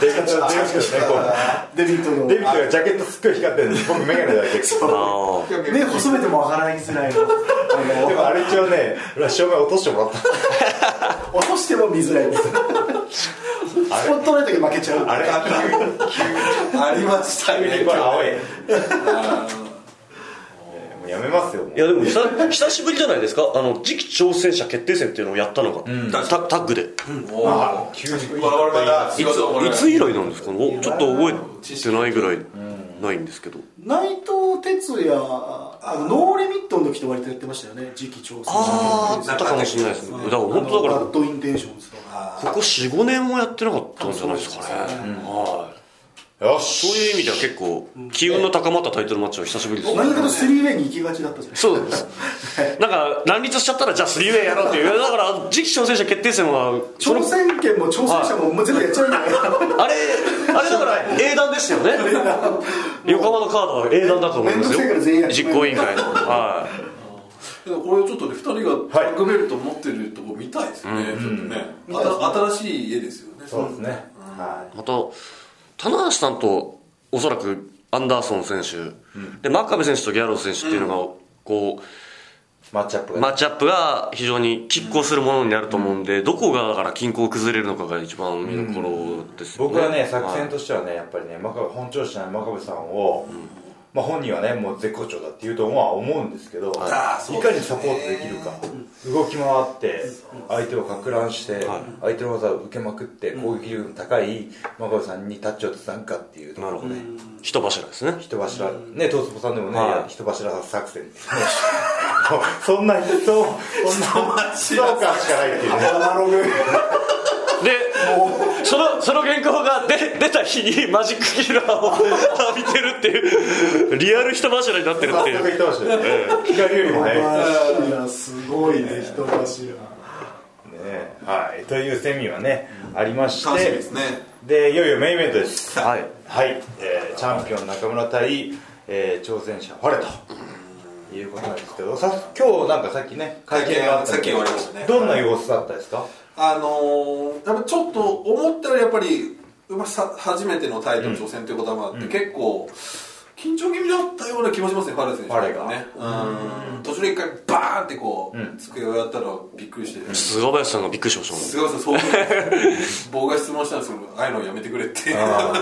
Speaker 1: デビットが出ましたねこ
Speaker 4: デビットの
Speaker 1: うデビットがジャケットすっごい光ってるんで僕眼鏡だけ
Speaker 3: あー
Speaker 4: 目細めてもわからないづらいの あの
Speaker 1: でもあれ一応ね照明落としてもらった
Speaker 4: 落としても見づらいですスポットライトが負けちゃう
Speaker 1: あれ
Speaker 2: ありました
Speaker 1: 急
Speaker 2: ね
Speaker 1: にこれ青いもうやめますよもう
Speaker 3: いやでも久久しぶりじゃないですかあの次期挑戦者決定戦っていうのをやったのが、タタッグで、
Speaker 2: おー
Speaker 1: 急に
Speaker 2: 我々まだ仕
Speaker 3: い
Speaker 2: 事をこれ
Speaker 3: ついつ以来なんですかねおちょっと覚えてないぐらいないんですけど
Speaker 4: 内藤哲也あのノーリミットの時と割とやってましたよね次期挑戦
Speaker 3: あああ
Speaker 2: ー
Speaker 3: ったかもしれないですねだから本当だ
Speaker 4: あ
Speaker 3: か
Speaker 4: のバッドインテンションズとから
Speaker 3: ここ45年もやってなかったんじゃないですかね、はい
Speaker 1: よし
Speaker 3: そういう意味では結構機運の高まったタイトルマッチは久しぶりですね
Speaker 4: 何かとスリーウェイに行きがちだったじゃないです か
Speaker 3: そう ですなんか乱立しちゃったらじゃあ 3way やろうっていうだから次期挑戦者決定戦はその
Speaker 4: 挑戦権も挑戦者ももう全部やっちゃうんだか
Speaker 3: あ
Speaker 4: ら
Speaker 3: れあれだから英断でしたよね横浜のカードは英断だと思いますよ
Speaker 4: 面倒くさいから全員やる
Speaker 3: 実行委員 会のはい
Speaker 2: でもこれちょっとね2人がタッグベルト持ってるとこ見たいですね、ちょっとね、あた新しい家ですよね
Speaker 1: そうですねは
Speaker 3: また棚橋さんとおそらくアンダーソン選手、で真壁選手とギャロー選手っていうのが、こ
Speaker 1: いマッチアップ
Speaker 3: う
Speaker 1: が
Speaker 3: マッチアップが非常に拮抗するものになると思うんで、どこがだから均衡崩れるのかが一番見どころですよね、
Speaker 1: 僕はね作戦としてはねやっぱりね真壁本調子じゃない真壁さんを、まあ、本人はねもう絶好調だっていうとは思うんですけど、
Speaker 2: あーそう
Speaker 1: い
Speaker 2: で
Speaker 1: か
Speaker 2: すね
Speaker 1: にサポートできるか、動き回って相手をか乱して、相手の技を受けまくって攻撃力の高い真壁さんにタッチをつなぐかっていうとこ
Speaker 3: なる
Speaker 1: ろ
Speaker 3: ほど
Speaker 1: ね
Speaker 3: ね人柱ですね
Speaker 1: 人柱、ね、トースポさんでもね、
Speaker 3: はい
Speaker 1: 人柱作戦 そんな人、そんな人
Speaker 2: 柱
Speaker 1: かしかないっていうね。
Speaker 4: アナログ
Speaker 3: でそのその原稿が出出た日にマジックキラーを 浴びてるっていうリアル人柱になってるっ
Speaker 1: 早
Speaker 3: てい
Speaker 1: 速
Speaker 3: う
Speaker 1: 言ってましたよね。光よりも早い。
Speaker 4: 柱すごいね人柱
Speaker 1: ねはい、というセミはね、ありまして
Speaker 2: 楽しみですね
Speaker 1: でいよいよメインイベントです
Speaker 3: はい
Speaker 1: はい、えーチャンピオン中村対、えー挑戦者ファレということなんですけどさ今日なんかさっきね会見があったんで
Speaker 2: 会見さっき終わりましたね
Speaker 1: どんな様子だったですか
Speaker 2: あのー、やっぱちょっと思ったよりやっぱりまあさ初めてのタイトル挑戦ということもあって、結構緊張気味だったような気もしますねファレ選手
Speaker 1: ファレが
Speaker 2: ねうん途中で一回バーンってこう、
Speaker 1: ん
Speaker 2: 机をやったらびっくりして、
Speaker 3: 菅林さんがびっくりしましたもん
Speaker 2: すごいです そう僕が質問したんですけどああいうのやめてくれって
Speaker 1: あ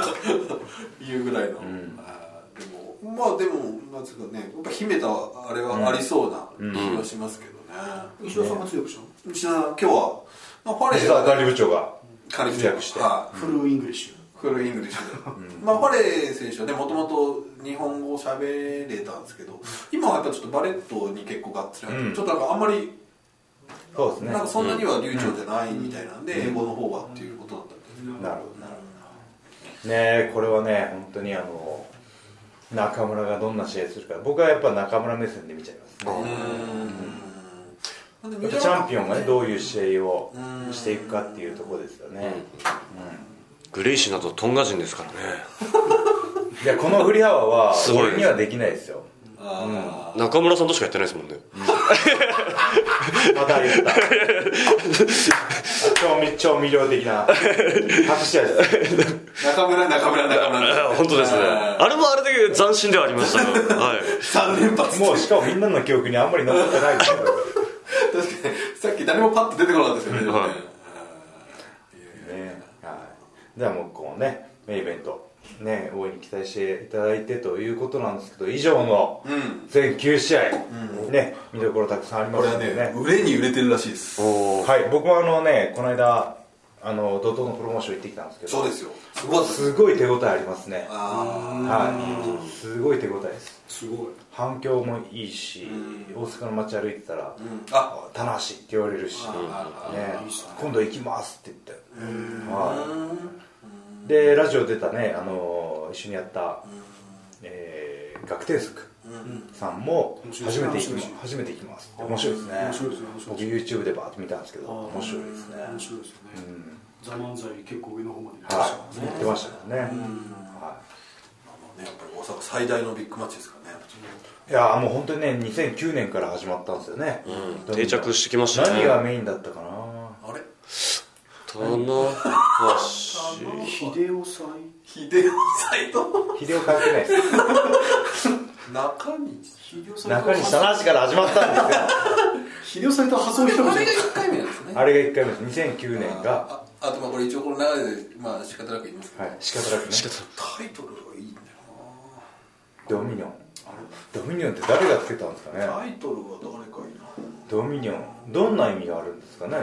Speaker 2: 言うぐらいの、あーでもまあでもなんですかねやっぱ秘めたあれはありそうな気がしますけどね、
Speaker 4: 石田さんが強くしたの
Speaker 2: うちの今日はまあファレ
Speaker 1: 実は管理部長が
Speaker 2: 管理
Speaker 1: 活躍して
Speaker 2: はい
Speaker 4: フルイングリッシュ
Speaker 2: フルイングリッシュで、まあ、バレー選手はねもともと日本語を喋れたんですけど今はやっぱちょっとバレットに結構がっつり入って、
Speaker 1: うん
Speaker 2: ちょっとなんかあんまり
Speaker 1: そうですね
Speaker 2: なんかそんなには流暢じゃないみたいなんで、英語の方はっていうことだったんですけ
Speaker 1: な
Speaker 2: ど、
Speaker 1: るほどなるほどねえこれはね本当にあの中村がどんな試合するか僕はやっぱ中村目線で見ちゃいますね
Speaker 2: なんで
Speaker 1: やっ
Speaker 2: 見
Speaker 1: ぱ
Speaker 2: た
Speaker 1: チ
Speaker 2: ら
Speaker 1: ャンピオンがねどういう試合をしていくかっていうところですよね、
Speaker 3: グレイシーなどトンガ人ですからね
Speaker 1: いやこの振り幅は
Speaker 3: すごい
Speaker 1: 俺にはできないですよ
Speaker 2: あ
Speaker 3: 中村さんとしかやってないですもんね
Speaker 1: また言った調味調味料的な隠し味です
Speaker 2: 中村中村中村
Speaker 3: 本当ですね
Speaker 2: あ
Speaker 3: あれもあれだけ斬新ではありましたけど、はい、
Speaker 2: 3連発
Speaker 1: もうしかもみんなの記憶にあんまり残ってないですけど
Speaker 2: 確かにさっき誰もパッと出てこなかったですよね、でもね
Speaker 3: はい
Speaker 1: ねはい、ではもうこうねメインイベントね応援に期待していただいてということなんですけど以上の
Speaker 2: うん
Speaker 1: 全9試合、ね見どころたくさんありま
Speaker 2: これ
Speaker 1: す
Speaker 2: は
Speaker 1: んで
Speaker 2: ね
Speaker 1: ね
Speaker 2: 売れに売れてるらしいです
Speaker 1: はい僕もあのねこの間あの怒涛のプロモーション行ってきたんですけど
Speaker 2: そうですよすごい
Speaker 1: すごい手応えありますね
Speaker 2: あ
Speaker 1: はいすごい手応えです
Speaker 2: すごい
Speaker 1: 反響もいいし、大阪の街歩いてたら
Speaker 2: ん
Speaker 1: 「
Speaker 2: あ
Speaker 1: 棚橋」って言われるし、ね
Speaker 2: ああいいっすね
Speaker 1: 「今度行きます」って言って、はい、でラジオ出たね、あのー一緒にやった、えー学天則さんも初めて行きま
Speaker 4: 面白い
Speaker 1: 初めて行きますって面白いですね
Speaker 4: 面白いですね面白い
Speaker 1: 僕 YouTube でバーッと見たんですけど面白いですね
Speaker 4: 面白いですよね、ザ・漫才結構上の方まで行きました
Speaker 1: はい言ってましたからね、は
Speaker 2: ねやっぱり大阪最大のビッグマッチですからね
Speaker 1: い、いやーもう本当にね2009年から始まったんですよね、
Speaker 3: 定着してきましたね
Speaker 1: 何がメインだったかな
Speaker 2: あれ
Speaker 3: 棚橋
Speaker 4: 秀夫さん
Speaker 2: 秀夫斎藤
Speaker 1: 秀夫関係ないです
Speaker 2: 中西
Speaker 4: 秀夫
Speaker 1: 中西棚橋から始まったんですよ
Speaker 4: 秀夫さんと発想広
Speaker 2: あ
Speaker 4: め
Speaker 2: れ
Speaker 4: て
Speaker 2: が1回目なんですね
Speaker 1: あれが1回目です2009年が
Speaker 2: ああとまあこれ一応この流れでまあ仕方なく言いますけど、
Speaker 1: はい仕方なくね
Speaker 2: タイトルがいいんだよ
Speaker 1: ドミニオンドミニオンって誰がつけたんですかね
Speaker 2: なタイトルは誰かいいな
Speaker 1: ドミニオンどんな意味があるんですかね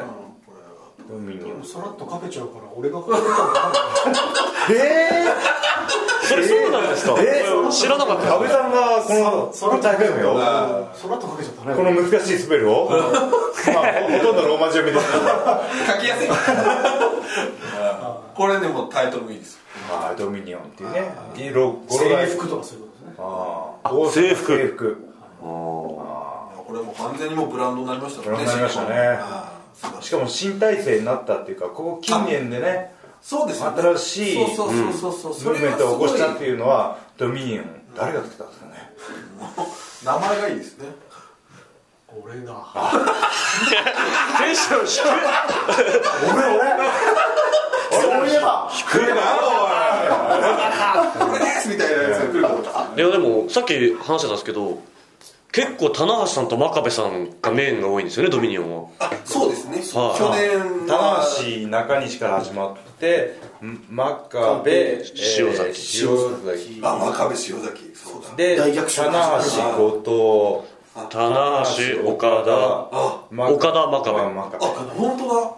Speaker 2: これは
Speaker 1: ドミニオン
Speaker 4: さらっとかけちゃうから俺がかけたら
Speaker 1: え
Speaker 3: それそうなんですか
Speaker 1: えー
Speaker 3: 知らなかっ
Speaker 1: ー、
Speaker 3: た
Speaker 1: 安
Speaker 3: で
Speaker 1: 倍
Speaker 3: す
Speaker 1: さんがこの
Speaker 4: そそ
Speaker 1: これ大会名よ
Speaker 4: そらっとかけちゃったね
Speaker 1: この難しいスペルをまあほとんどローマ字読みですけど
Speaker 2: 書き やすいこれでもタイトルもいいですよ
Speaker 1: まあドミニオンっていうねロ語呂が
Speaker 4: 制服とかそういうことですね
Speaker 1: あ
Speaker 3: あ制服
Speaker 1: 制服
Speaker 2: いやこれはもう完全にもうブランドになりました
Speaker 1: ブ
Speaker 2: も
Speaker 1: ラン
Speaker 2: ん
Speaker 1: ド
Speaker 2: ね
Speaker 1: になりましたね
Speaker 2: あー素晴らし
Speaker 1: し
Speaker 2: い
Speaker 1: かも新体制になったっていうかここ近年でね
Speaker 2: そうですよね
Speaker 1: 新しい
Speaker 2: そうそうそうそう
Speaker 1: ム
Speaker 2: そう
Speaker 1: ーブメントを起こしたって
Speaker 2: て
Speaker 1: いうのはドミニオン誰がつけたんですかね
Speaker 2: 名前がいいですね
Speaker 4: 俺が
Speaker 1: 俺俺
Speaker 3: テンション低
Speaker 4: そういえば
Speaker 2: 来るなおいこれですみたいなやつが来ると思った
Speaker 3: いいやでもさっき話してたんですけど結構棚橋さんと真壁さんがメインが多いんですよねドミニオンは
Speaker 2: あそうですね去
Speaker 3: はい
Speaker 2: 年
Speaker 1: 棚
Speaker 2: は
Speaker 1: 橋中西から始まってん真壁えー
Speaker 3: 塩崎
Speaker 1: 塩崎
Speaker 2: あ真壁塩崎そうだ
Speaker 1: で棚
Speaker 4: 大
Speaker 1: 橋
Speaker 4: 逆襲
Speaker 1: 後藤
Speaker 3: 棚橋岡
Speaker 2: あ
Speaker 1: 真壁
Speaker 3: 岡田真壁
Speaker 1: 真
Speaker 2: あ本当だ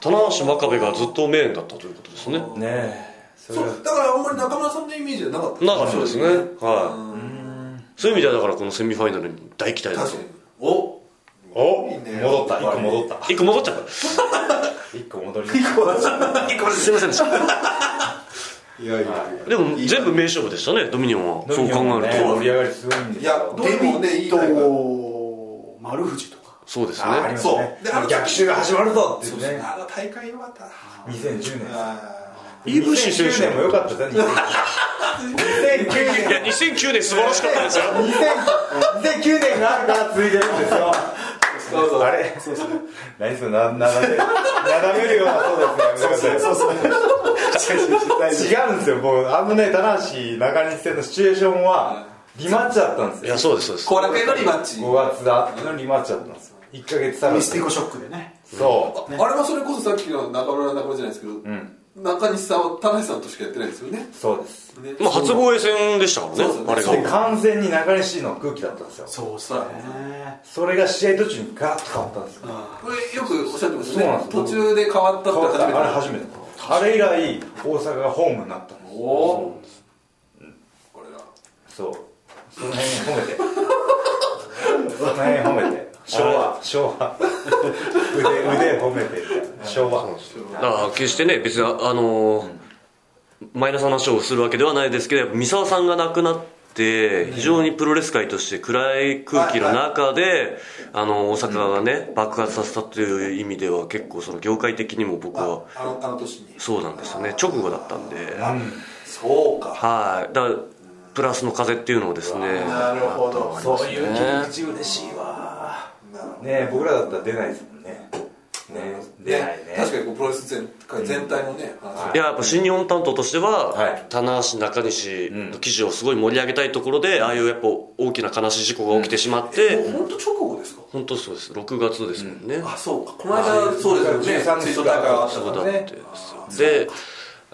Speaker 3: 田棚橋真壁がずっとメインだったということですね
Speaker 1: ねえそれ
Speaker 2: そ
Speaker 1: が
Speaker 2: うだからあんまり中村さんのイメージはなかった
Speaker 3: なかったですね
Speaker 2: う
Speaker 3: は
Speaker 2: ん
Speaker 3: いそういう意味ではだからこのセミファイナルに大期待だ
Speaker 2: 確
Speaker 3: と
Speaker 2: かにお
Speaker 1: お
Speaker 2: いいね
Speaker 1: 戻った一個戻った
Speaker 3: 一個戻っちゃった
Speaker 1: 一個戻りまし
Speaker 3: すいませんでした
Speaker 2: いやいや
Speaker 3: でも全部名勝負でしたねドミニオン
Speaker 1: た
Speaker 3: はそう
Speaker 1: ドミニオン
Speaker 3: 考
Speaker 1: もね
Speaker 3: えると
Speaker 1: 盛り上がりすごいんです
Speaker 2: いや
Speaker 1: よ
Speaker 2: ど
Speaker 4: デ
Speaker 2: れ
Speaker 4: ビ
Speaker 2: もねい
Speaker 4: ッ
Speaker 2: いタイプ
Speaker 4: ト丸藤とか
Speaker 3: そうですね
Speaker 1: あありますね
Speaker 2: そうであの
Speaker 1: 逆襲が始まるぞってい
Speaker 2: そう
Speaker 1: う
Speaker 2: ですね
Speaker 1: ね
Speaker 2: あの大会良かったな
Speaker 1: 2010年
Speaker 2: あ
Speaker 3: イブシ選
Speaker 1: 2009
Speaker 3: 手
Speaker 1: 年も良かったぜ2009年
Speaker 3: いや2009年素 晴らし かったですよ
Speaker 1: 2009年があるから続いてるんですよ
Speaker 2: そうそう
Speaker 1: あれそうそう何それななだめなだめるようなそうですねそうそう違うんですよ僕あのね棚橋中西戦のシチュエーションはリマッチだったんです
Speaker 3: い
Speaker 1: よ
Speaker 3: やそうですそうです
Speaker 2: 後楽園のリマッチ
Speaker 1: 5月だってのリマッチだったんですよ1ヶ月差が
Speaker 4: ミスティコショックでね
Speaker 1: そ
Speaker 2: あれはそれこそさっきの中村中村じゃないですけど、中西さんは田中さんとしかやってないですよね
Speaker 1: うそうです
Speaker 2: ね
Speaker 3: まあ初防衛戦でしたから
Speaker 2: そ
Speaker 3: ね
Speaker 2: うそう
Speaker 3: あれ
Speaker 2: そ
Speaker 1: で
Speaker 3: が
Speaker 1: 完全に中西の空気だったんですよ
Speaker 4: そう
Speaker 2: そうだ
Speaker 4: ね
Speaker 1: それが試合途中にガラッと変わったんですよ
Speaker 2: これよくおっしゃってました
Speaker 1: そうなん
Speaker 2: ね
Speaker 1: です
Speaker 2: 途中で変わったっ
Speaker 1: 変わった
Speaker 2: て
Speaker 1: あれ
Speaker 2: 初
Speaker 1: 初
Speaker 2: めて
Speaker 1: めてあれ以来大阪がホームになったんです
Speaker 2: おおこれだ
Speaker 1: そうその辺褒めてその辺褒めて昭和昭和腕腕褒めてみたいな昭和
Speaker 3: だから決してね別にああのーマイナスな話をするわけではないですけどやっぱ三沢さんが亡くなって非常にプロレス界として暗い空気の中であの大阪がね爆発させたという意味では結構その業界的にも僕は
Speaker 2: あのあの年に
Speaker 3: そうなんですよね直後だったんで
Speaker 2: そうか
Speaker 3: はいだからプラスの風っていうのをですね
Speaker 2: なるほど
Speaker 1: そういう切り口嬉しいわ
Speaker 2: ね
Speaker 1: ね僕らだったら出ないですもんねね出ないね
Speaker 2: 確かにこうプロレス全界全体のね、話
Speaker 3: いや、やっぱ新日本担当としては、
Speaker 1: はい
Speaker 3: 棚橋、中西の記事をすごい盛り上げたいところで、ああいうやっぱ大きな悲しい事故が起きてしまって、
Speaker 2: もう本当直後ですか
Speaker 3: 本当そうです、6月ですもんね。
Speaker 2: あそうかこの間そうですよ
Speaker 1: 13
Speaker 2: ね
Speaker 1: 日
Speaker 2: ツイート大会があった
Speaker 3: そう
Speaker 2: か
Speaker 3: い
Speaker 2: ら
Speaker 3: うことだって
Speaker 2: あー
Speaker 3: で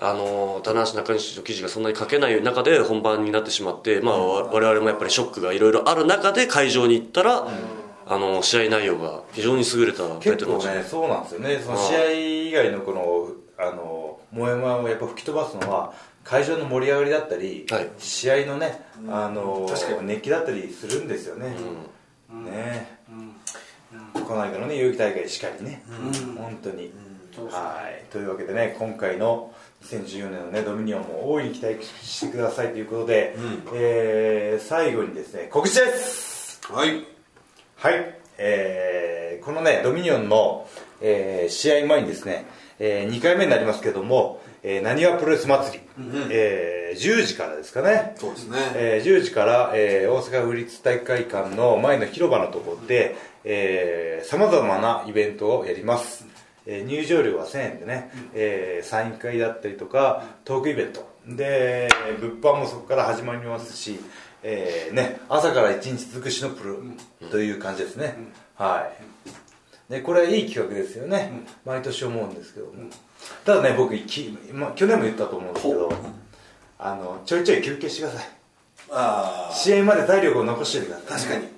Speaker 3: あの棚橋中西の記事がそんなに書けない中で本番になってしまって、まあ、わ我々もやっぱりショックがいろいろある中で会場に行ったら、あの試合内容が非常に優れたタイ
Speaker 1: 結
Speaker 3: トルマ
Speaker 1: 構
Speaker 3: ッチ
Speaker 1: ねそうなんですよねその試合以外のこのあのモヤモヤをやっぱ吹き飛ばすのは会場の盛り上がりだったり、
Speaker 3: はい
Speaker 1: 試合のねあの
Speaker 2: 確かに
Speaker 1: 熱気だったりするんですよね、ね、国内からのね遊戯大会しかりね、本当に、
Speaker 4: そうですね
Speaker 1: はいというわけでね今回の2014年のねドミニオンも大いに期待してくださいということで、えー最後にですね告知です
Speaker 2: はい
Speaker 1: はい、えーこのね、ドミニオンの、えー試合前にですね、え2回目になりますけども、えー、なにわプロレス祭り、えー10時からですかね、
Speaker 2: そうですね
Speaker 1: えー10時から、えー大阪府立体育会館の前の広場のところで、さまざまなイベントをやります、えー入場料は1000円でね、えーサイン会だったりとかトークイベントで物販もそこから始まりますし、えーね、朝から一日尽くしのプロという感じですね、はいでこれはいい企画ですよね、毎年思うんですけども、ただね僕き、まあ、去年も言ったと思うんですけどあのちょいちょい休憩してください
Speaker 2: ああ
Speaker 1: 試合まで体力を残しておいてください
Speaker 2: 確かに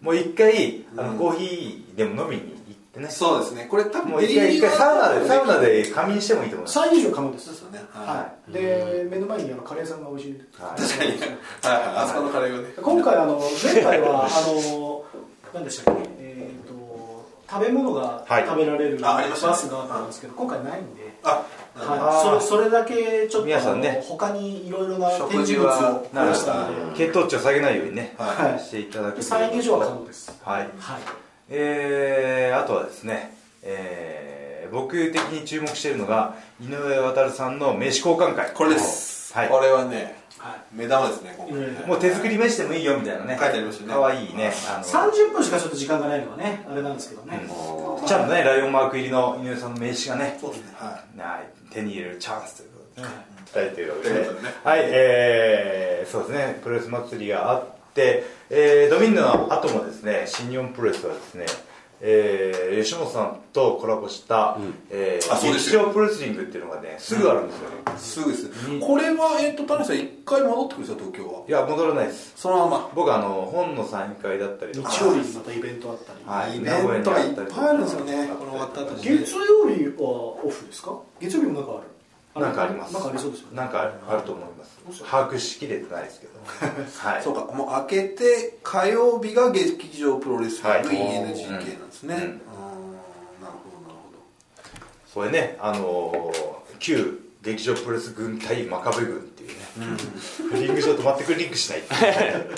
Speaker 1: もう一回あの、コーヒーでも飲みに行ってね
Speaker 2: そうですねこれ多分
Speaker 1: もう一回一回サウナでサウナ
Speaker 2: で
Speaker 1: で仮眠してもいいと思います
Speaker 4: 3以上可能です
Speaker 2: そうですよねはい
Speaker 4: はいで目の前にあのカレーさんが美味しい
Speaker 1: はい
Speaker 2: 確かにはいはいあそこのカレーをね
Speaker 4: 今回あの前回はあの何でしたっけえーと食べ物が
Speaker 1: はい
Speaker 4: 食べられる
Speaker 2: あ
Speaker 4: バ
Speaker 2: ありましたね
Speaker 4: スがあったんですけど今回ないんで
Speaker 2: あなるほど
Speaker 1: あー
Speaker 4: はいそれそれだけちょっ
Speaker 1: 皆
Speaker 4: と
Speaker 1: さ
Speaker 4: あ
Speaker 1: んね
Speaker 4: の他にいろいろな
Speaker 2: 食
Speaker 4: 展
Speaker 2: 事
Speaker 4: 示物
Speaker 2: は
Speaker 4: を
Speaker 1: な
Speaker 4: 増
Speaker 1: る
Speaker 4: や
Speaker 1: ほ
Speaker 4: した
Speaker 1: ど
Speaker 4: ので
Speaker 1: 血糖値を下げないようにね、
Speaker 4: はい
Speaker 1: していただく
Speaker 4: で3以上は可能です
Speaker 1: はい
Speaker 4: はい
Speaker 1: えー、あとはですね、えー、僕的に注目しているのが井上渉さんの名刺交換会
Speaker 2: これです
Speaker 1: はい
Speaker 2: これはね
Speaker 4: はい
Speaker 2: 目玉ですね今回
Speaker 4: うん
Speaker 1: もう手作り飯でもいいよみたいなね
Speaker 2: 書いてありましたね
Speaker 1: かわいいねあの
Speaker 4: 30分しかちょっと時間がないのはねあれなんですけどね
Speaker 1: ちゃんとねライオンマーク入りの井上さんの名刺がね
Speaker 2: そうですねはい
Speaker 1: はい、手に入れるチャンスということでね。はい、というわけ
Speaker 2: とい
Speaker 1: で
Speaker 2: うことでね、
Speaker 1: はい、えー、そうですね、プロレス祭りがあって、えー、ドミニオンの後もですね、新日本プロレスはですね、えー、吉本さんとコラボした、え
Speaker 2: あそ
Speaker 1: ー、
Speaker 2: うです
Speaker 1: 日
Speaker 2: よ
Speaker 1: 曜プロレスリングっていうのがね、すぐあるんですよね。
Speaker 2: すぐですこれはえっと谷さん一回戻ってくるんですよ東京はい
Speaker 1: や、戻らないです。
Speaker 2: そのま
Speaker 1: 僕、あの、本のサイン会だったり
Speaker 4: 日
Speaker 1: と
Speaker 4: 曜
Speaker 1: か、
Speaker 4: 日にまたイベントあったり
Speaker 1: は
Speaker 2: ま
Speaker 1: い
Speaker 2: イベントがいっぱいあるんですよねこの終わった後に
Speaker 4: 月曜日はオフですか月曜日もなんかあるれ
Speaker 1: なんかあります。
Speaker 4: なんかありそうですよね
Speaker 1: なんかあると思います。把握しきれてないですけど。はい。
Speaker 2: そうかもう開けて火曜日が劇場プロレス
Speaker 1: はい
Speaker 2: VNGK なんですね、
Speaker 1: うん
Speaker 2: うんなるほどなるほど
Speaker 1: これね、あのー旧劇場プロレス軍対真壁軍っていうね、リング上と全くリンクしないっていうね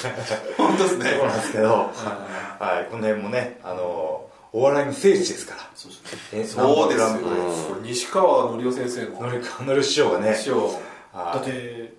Speaker 2: 本当ですね
Speaker 1: ところなんですけど、はい、この辺もね、あのーお笑いの聖地ですから、そうです
Speaker 2: そうですよ、
Speaker 3: う
Speaker 2: 西川のりお先生
Speaker 1: の
Speaker 2: の
Speaker 1: りかのり師匠がね、
Speaker 2: 師匠
Speaker 1: は
Speaker 4: だって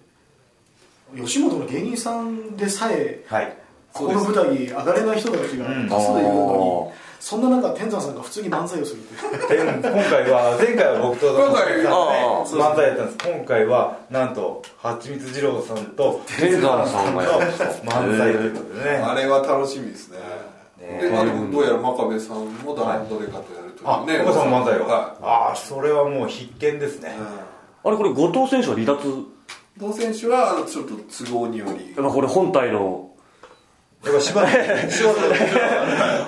Speaker 4: 吉本の芸人さんでさえ
Speaker 1: い、はい、
Speaker 4: ここの舞台に上がれない人たちが
Speaker 1: うん
Speaker 4: 多数いる
Speaker 3: あ
Speaker 4: のにそんな中天山さんが普通に漫才をするっていう
Speaker 1: で今回は、前回は僕と
Speaker 2: 今回
Speaker 1: ね
Speaker 3: あ
Speaker 2: ー
Speaker 1: 漫才やったんです、今回はなんと、はちみつ二郎さんと、
Speaker 3: 天山さんがや
Speaker 1: の
Speaker 3: るんですか
Speaker 1: 漫才ということでね。
Speaker 2: あれは楽しみですね
Speaker 1: ね
Speaker 2: で、まあ、でもどうやら真壁さんも誰どれかとやると
Speaker 1: あ、
Speaker 2: い
Speaker 1: ね、
Speaker 2: うね
Speaker 1: お母さん漫才を。
Speaker 2: は
Speaker 1: ああ、それはもう必見ですね。
Speaker 3: あれこれ後藤選手は離脱
Speaker 2: い同選手はあのちょっと都合により
Speaker 3: まあこれ本体の
Speaker 1: やっぱ柴田、 柴田と、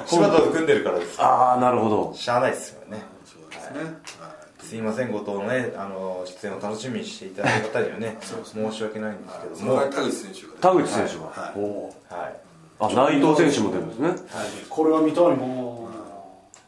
Speaker 1: 柴田と組んでるからです。
Speaker 3: ああなるほど
Speaker 1: しゃあないですよね。
Speaker 2: そうですね、はい
Speaker 1: すいません、後藤のね、あの、出演を楽しみにしていただいた方にはね、申し訳ないんですけど
Speaker 2: その
Speaker 1: も、は
Speaker 2: 前
Speaker 1: い。
Speaker 2: 田口選手がね
Speaker 3: 田口選手が、
Speaker 2: はい
Speaker 3: おーあ内藤選手も出るんですね
Speaker 4: これは見たいも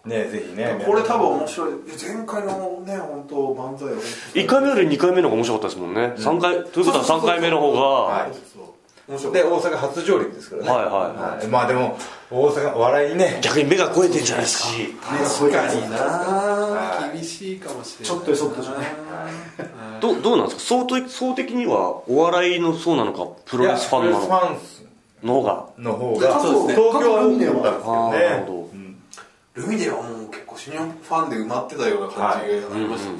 Speaker 1: ね、ぜひね。
Speaker 2: これ多分面白い前回のね本当漫才を
Speaker 3: 1回目より2回目の方が面白かったですもんね、三回ということは3回目の方が、
Speaker 1: はい
Speaker 2: そう面白
Speaker 1: で、
Speaker 2: い
Speaker 1: 大阪初上陸ですからね。
Speaker 3: はいはい
Speaker 1: はいまあでも、大阪、笑いにね、
Speaker 3: 逆に目が超えてんじゃないですか
Speaker 2: 確かに
Speaker 1: は
Speaker 2: な厳しいかもしれない
Speaker 4: ちょっとよそっとじゃね
Speaker 3: どどうなんですか総的総的にはお笑いの層なのかプロレスファ
Speaker 1: い
Speaker 3: ンな
Speaker 1: や
Speaker 3: の
Speaker 1: プ
Speaker 3: か
Speaker 1: ロレスファン
Speaker 3: の方が
Speaker 1: の方が、
Speaker 2: そうですね
Speaker 1: 東京は多かったんですけど
Speaker 3: あーなる
Speaker 1: ね
Speaker 3: ほど。
Speaker 1: うん
Speaker 2: ルミネはもう結構新日本ファンで埋まってたような感じがありましたね。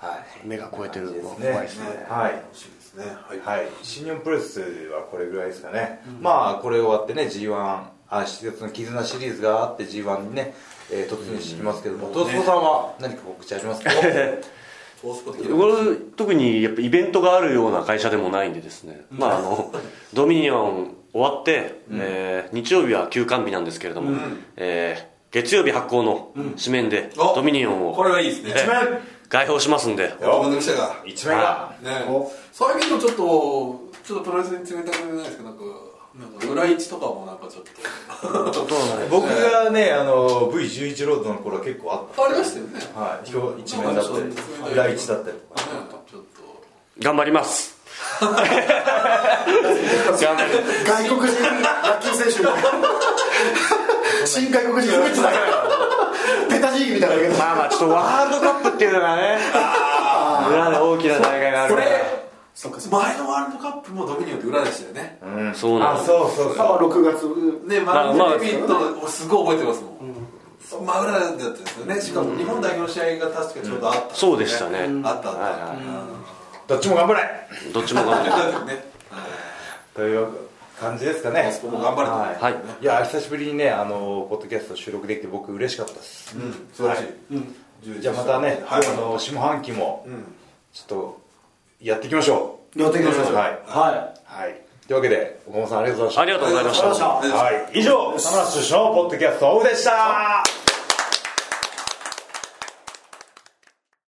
Speaker 2: はい。
Speaker 5: 目が超えてるのが
Speaker 1: ね
Speaker 5: 怖いですね
Speaker 1: はい
Speaker 2: 楽しいですね。はい。
Speaker 1: はい、新日本プロレスはこれぐらいですかね、まあこれ終わってね g 1あ7月の絆シリーズがあって g 1にね、えー突入してきますけども
Speaker 2: うん
Speaker 1: 戸塚、さんは何か告知あり ますか
Speaker 2: トースポ的
Speaker 3: これ特にやっぱイベントがあるような会社でもないんでですね、まああのドミニオン終わって、えー日曜日は休館日なんですけれども、えー月曜日発行の紙面で
Speaker 2: お
Speaker 3: ドミニオン
Speaker 2: こ
Speaker 3: を
Speaker 2: れはいいですね。
Speaker 3: え開放しますんで、
Speaker 2: 男の記者が。ね
Speaker 1: 一枚がお
Speaker 2: 最近のちょっと、ちょっとプロレスに冷たくないですけど、なんか、なんか裏位置とかもなんかちょっと。
Speaker 1: 僕がねあの V11 ロードの頃は結構あった
Speaker 2: ありましたよね。
Speaker 1: はい、今日一面だったり
Speaker 2: うん
Speaker 1: 裏一だったりとか
Speaker 2: なんかちょっと。
Speaker 3: 頑張ります。
Speaker 5: 外国人野
Speaker 3: 頑張ります
Speaker 5: 球選手みたいな新外国人フルーツだからペタジーみたいなのだけど
Speaker 3: まあまあちょっとワールドカップっていうのがね裏で大きな大会がある
Speaker 2: こ
Speaker 3: か
Speaker 2: れ
Speaker 3: ら
Speaker 2: 前のワールドカップもドミニオンって裏でしたよね、
Speaker 3: そうな
Speaker 1: あ
Speaker 3: んです
Speaker 1: そうそう
Speaker 5: ま
Speaker 1: そ
Speaker 5: あ6月
Speaker 2: ね
Speaker 3: まあ
Speaker 2: マ
Speaker 3: まあ
Speaker 2: ルデビットをすごい覚えてますもん、そう真裏だったんですよねしかも日本代表の試合が確かちょうどあったんよ、
Speaker 3: そうでしたね
Speaker 2: あったあった、
Speaker 3: はいはい
Speaker 1: どっちも頑張れ
Speaker 3: どっちも頑張って
Speaker 2: だってね
Speaker 1: という感じですかね
Speaker 2: そこも頑張れと
Speaker 1: はい、、
Speaker 3: はい
Speaker 1: や久しぶりにねあのポッドキャスト収録できて僕嬉しかったです、
Speaker 2: うん素晴らしい、
Speaker 1: は
Speaker 4: うん
Speaker 1: じゃあまたね、
Speaker 2: はい
Speaker 1: あの下半期も
Speaker 2: うん
Speaker 1: ちょっとやっていきましょう
Speaker 5: 予定が
Speaker 1: は、
Speaker 5: はい
Speaker 4: は
Speaker 1: はい、というわけで岡本さんありがとうございました
Speaker 3: ありがとうございました
Speaker 2: ありがとうございました
Speaker 1: はい、以上、田村市のポッドキャストオフでした。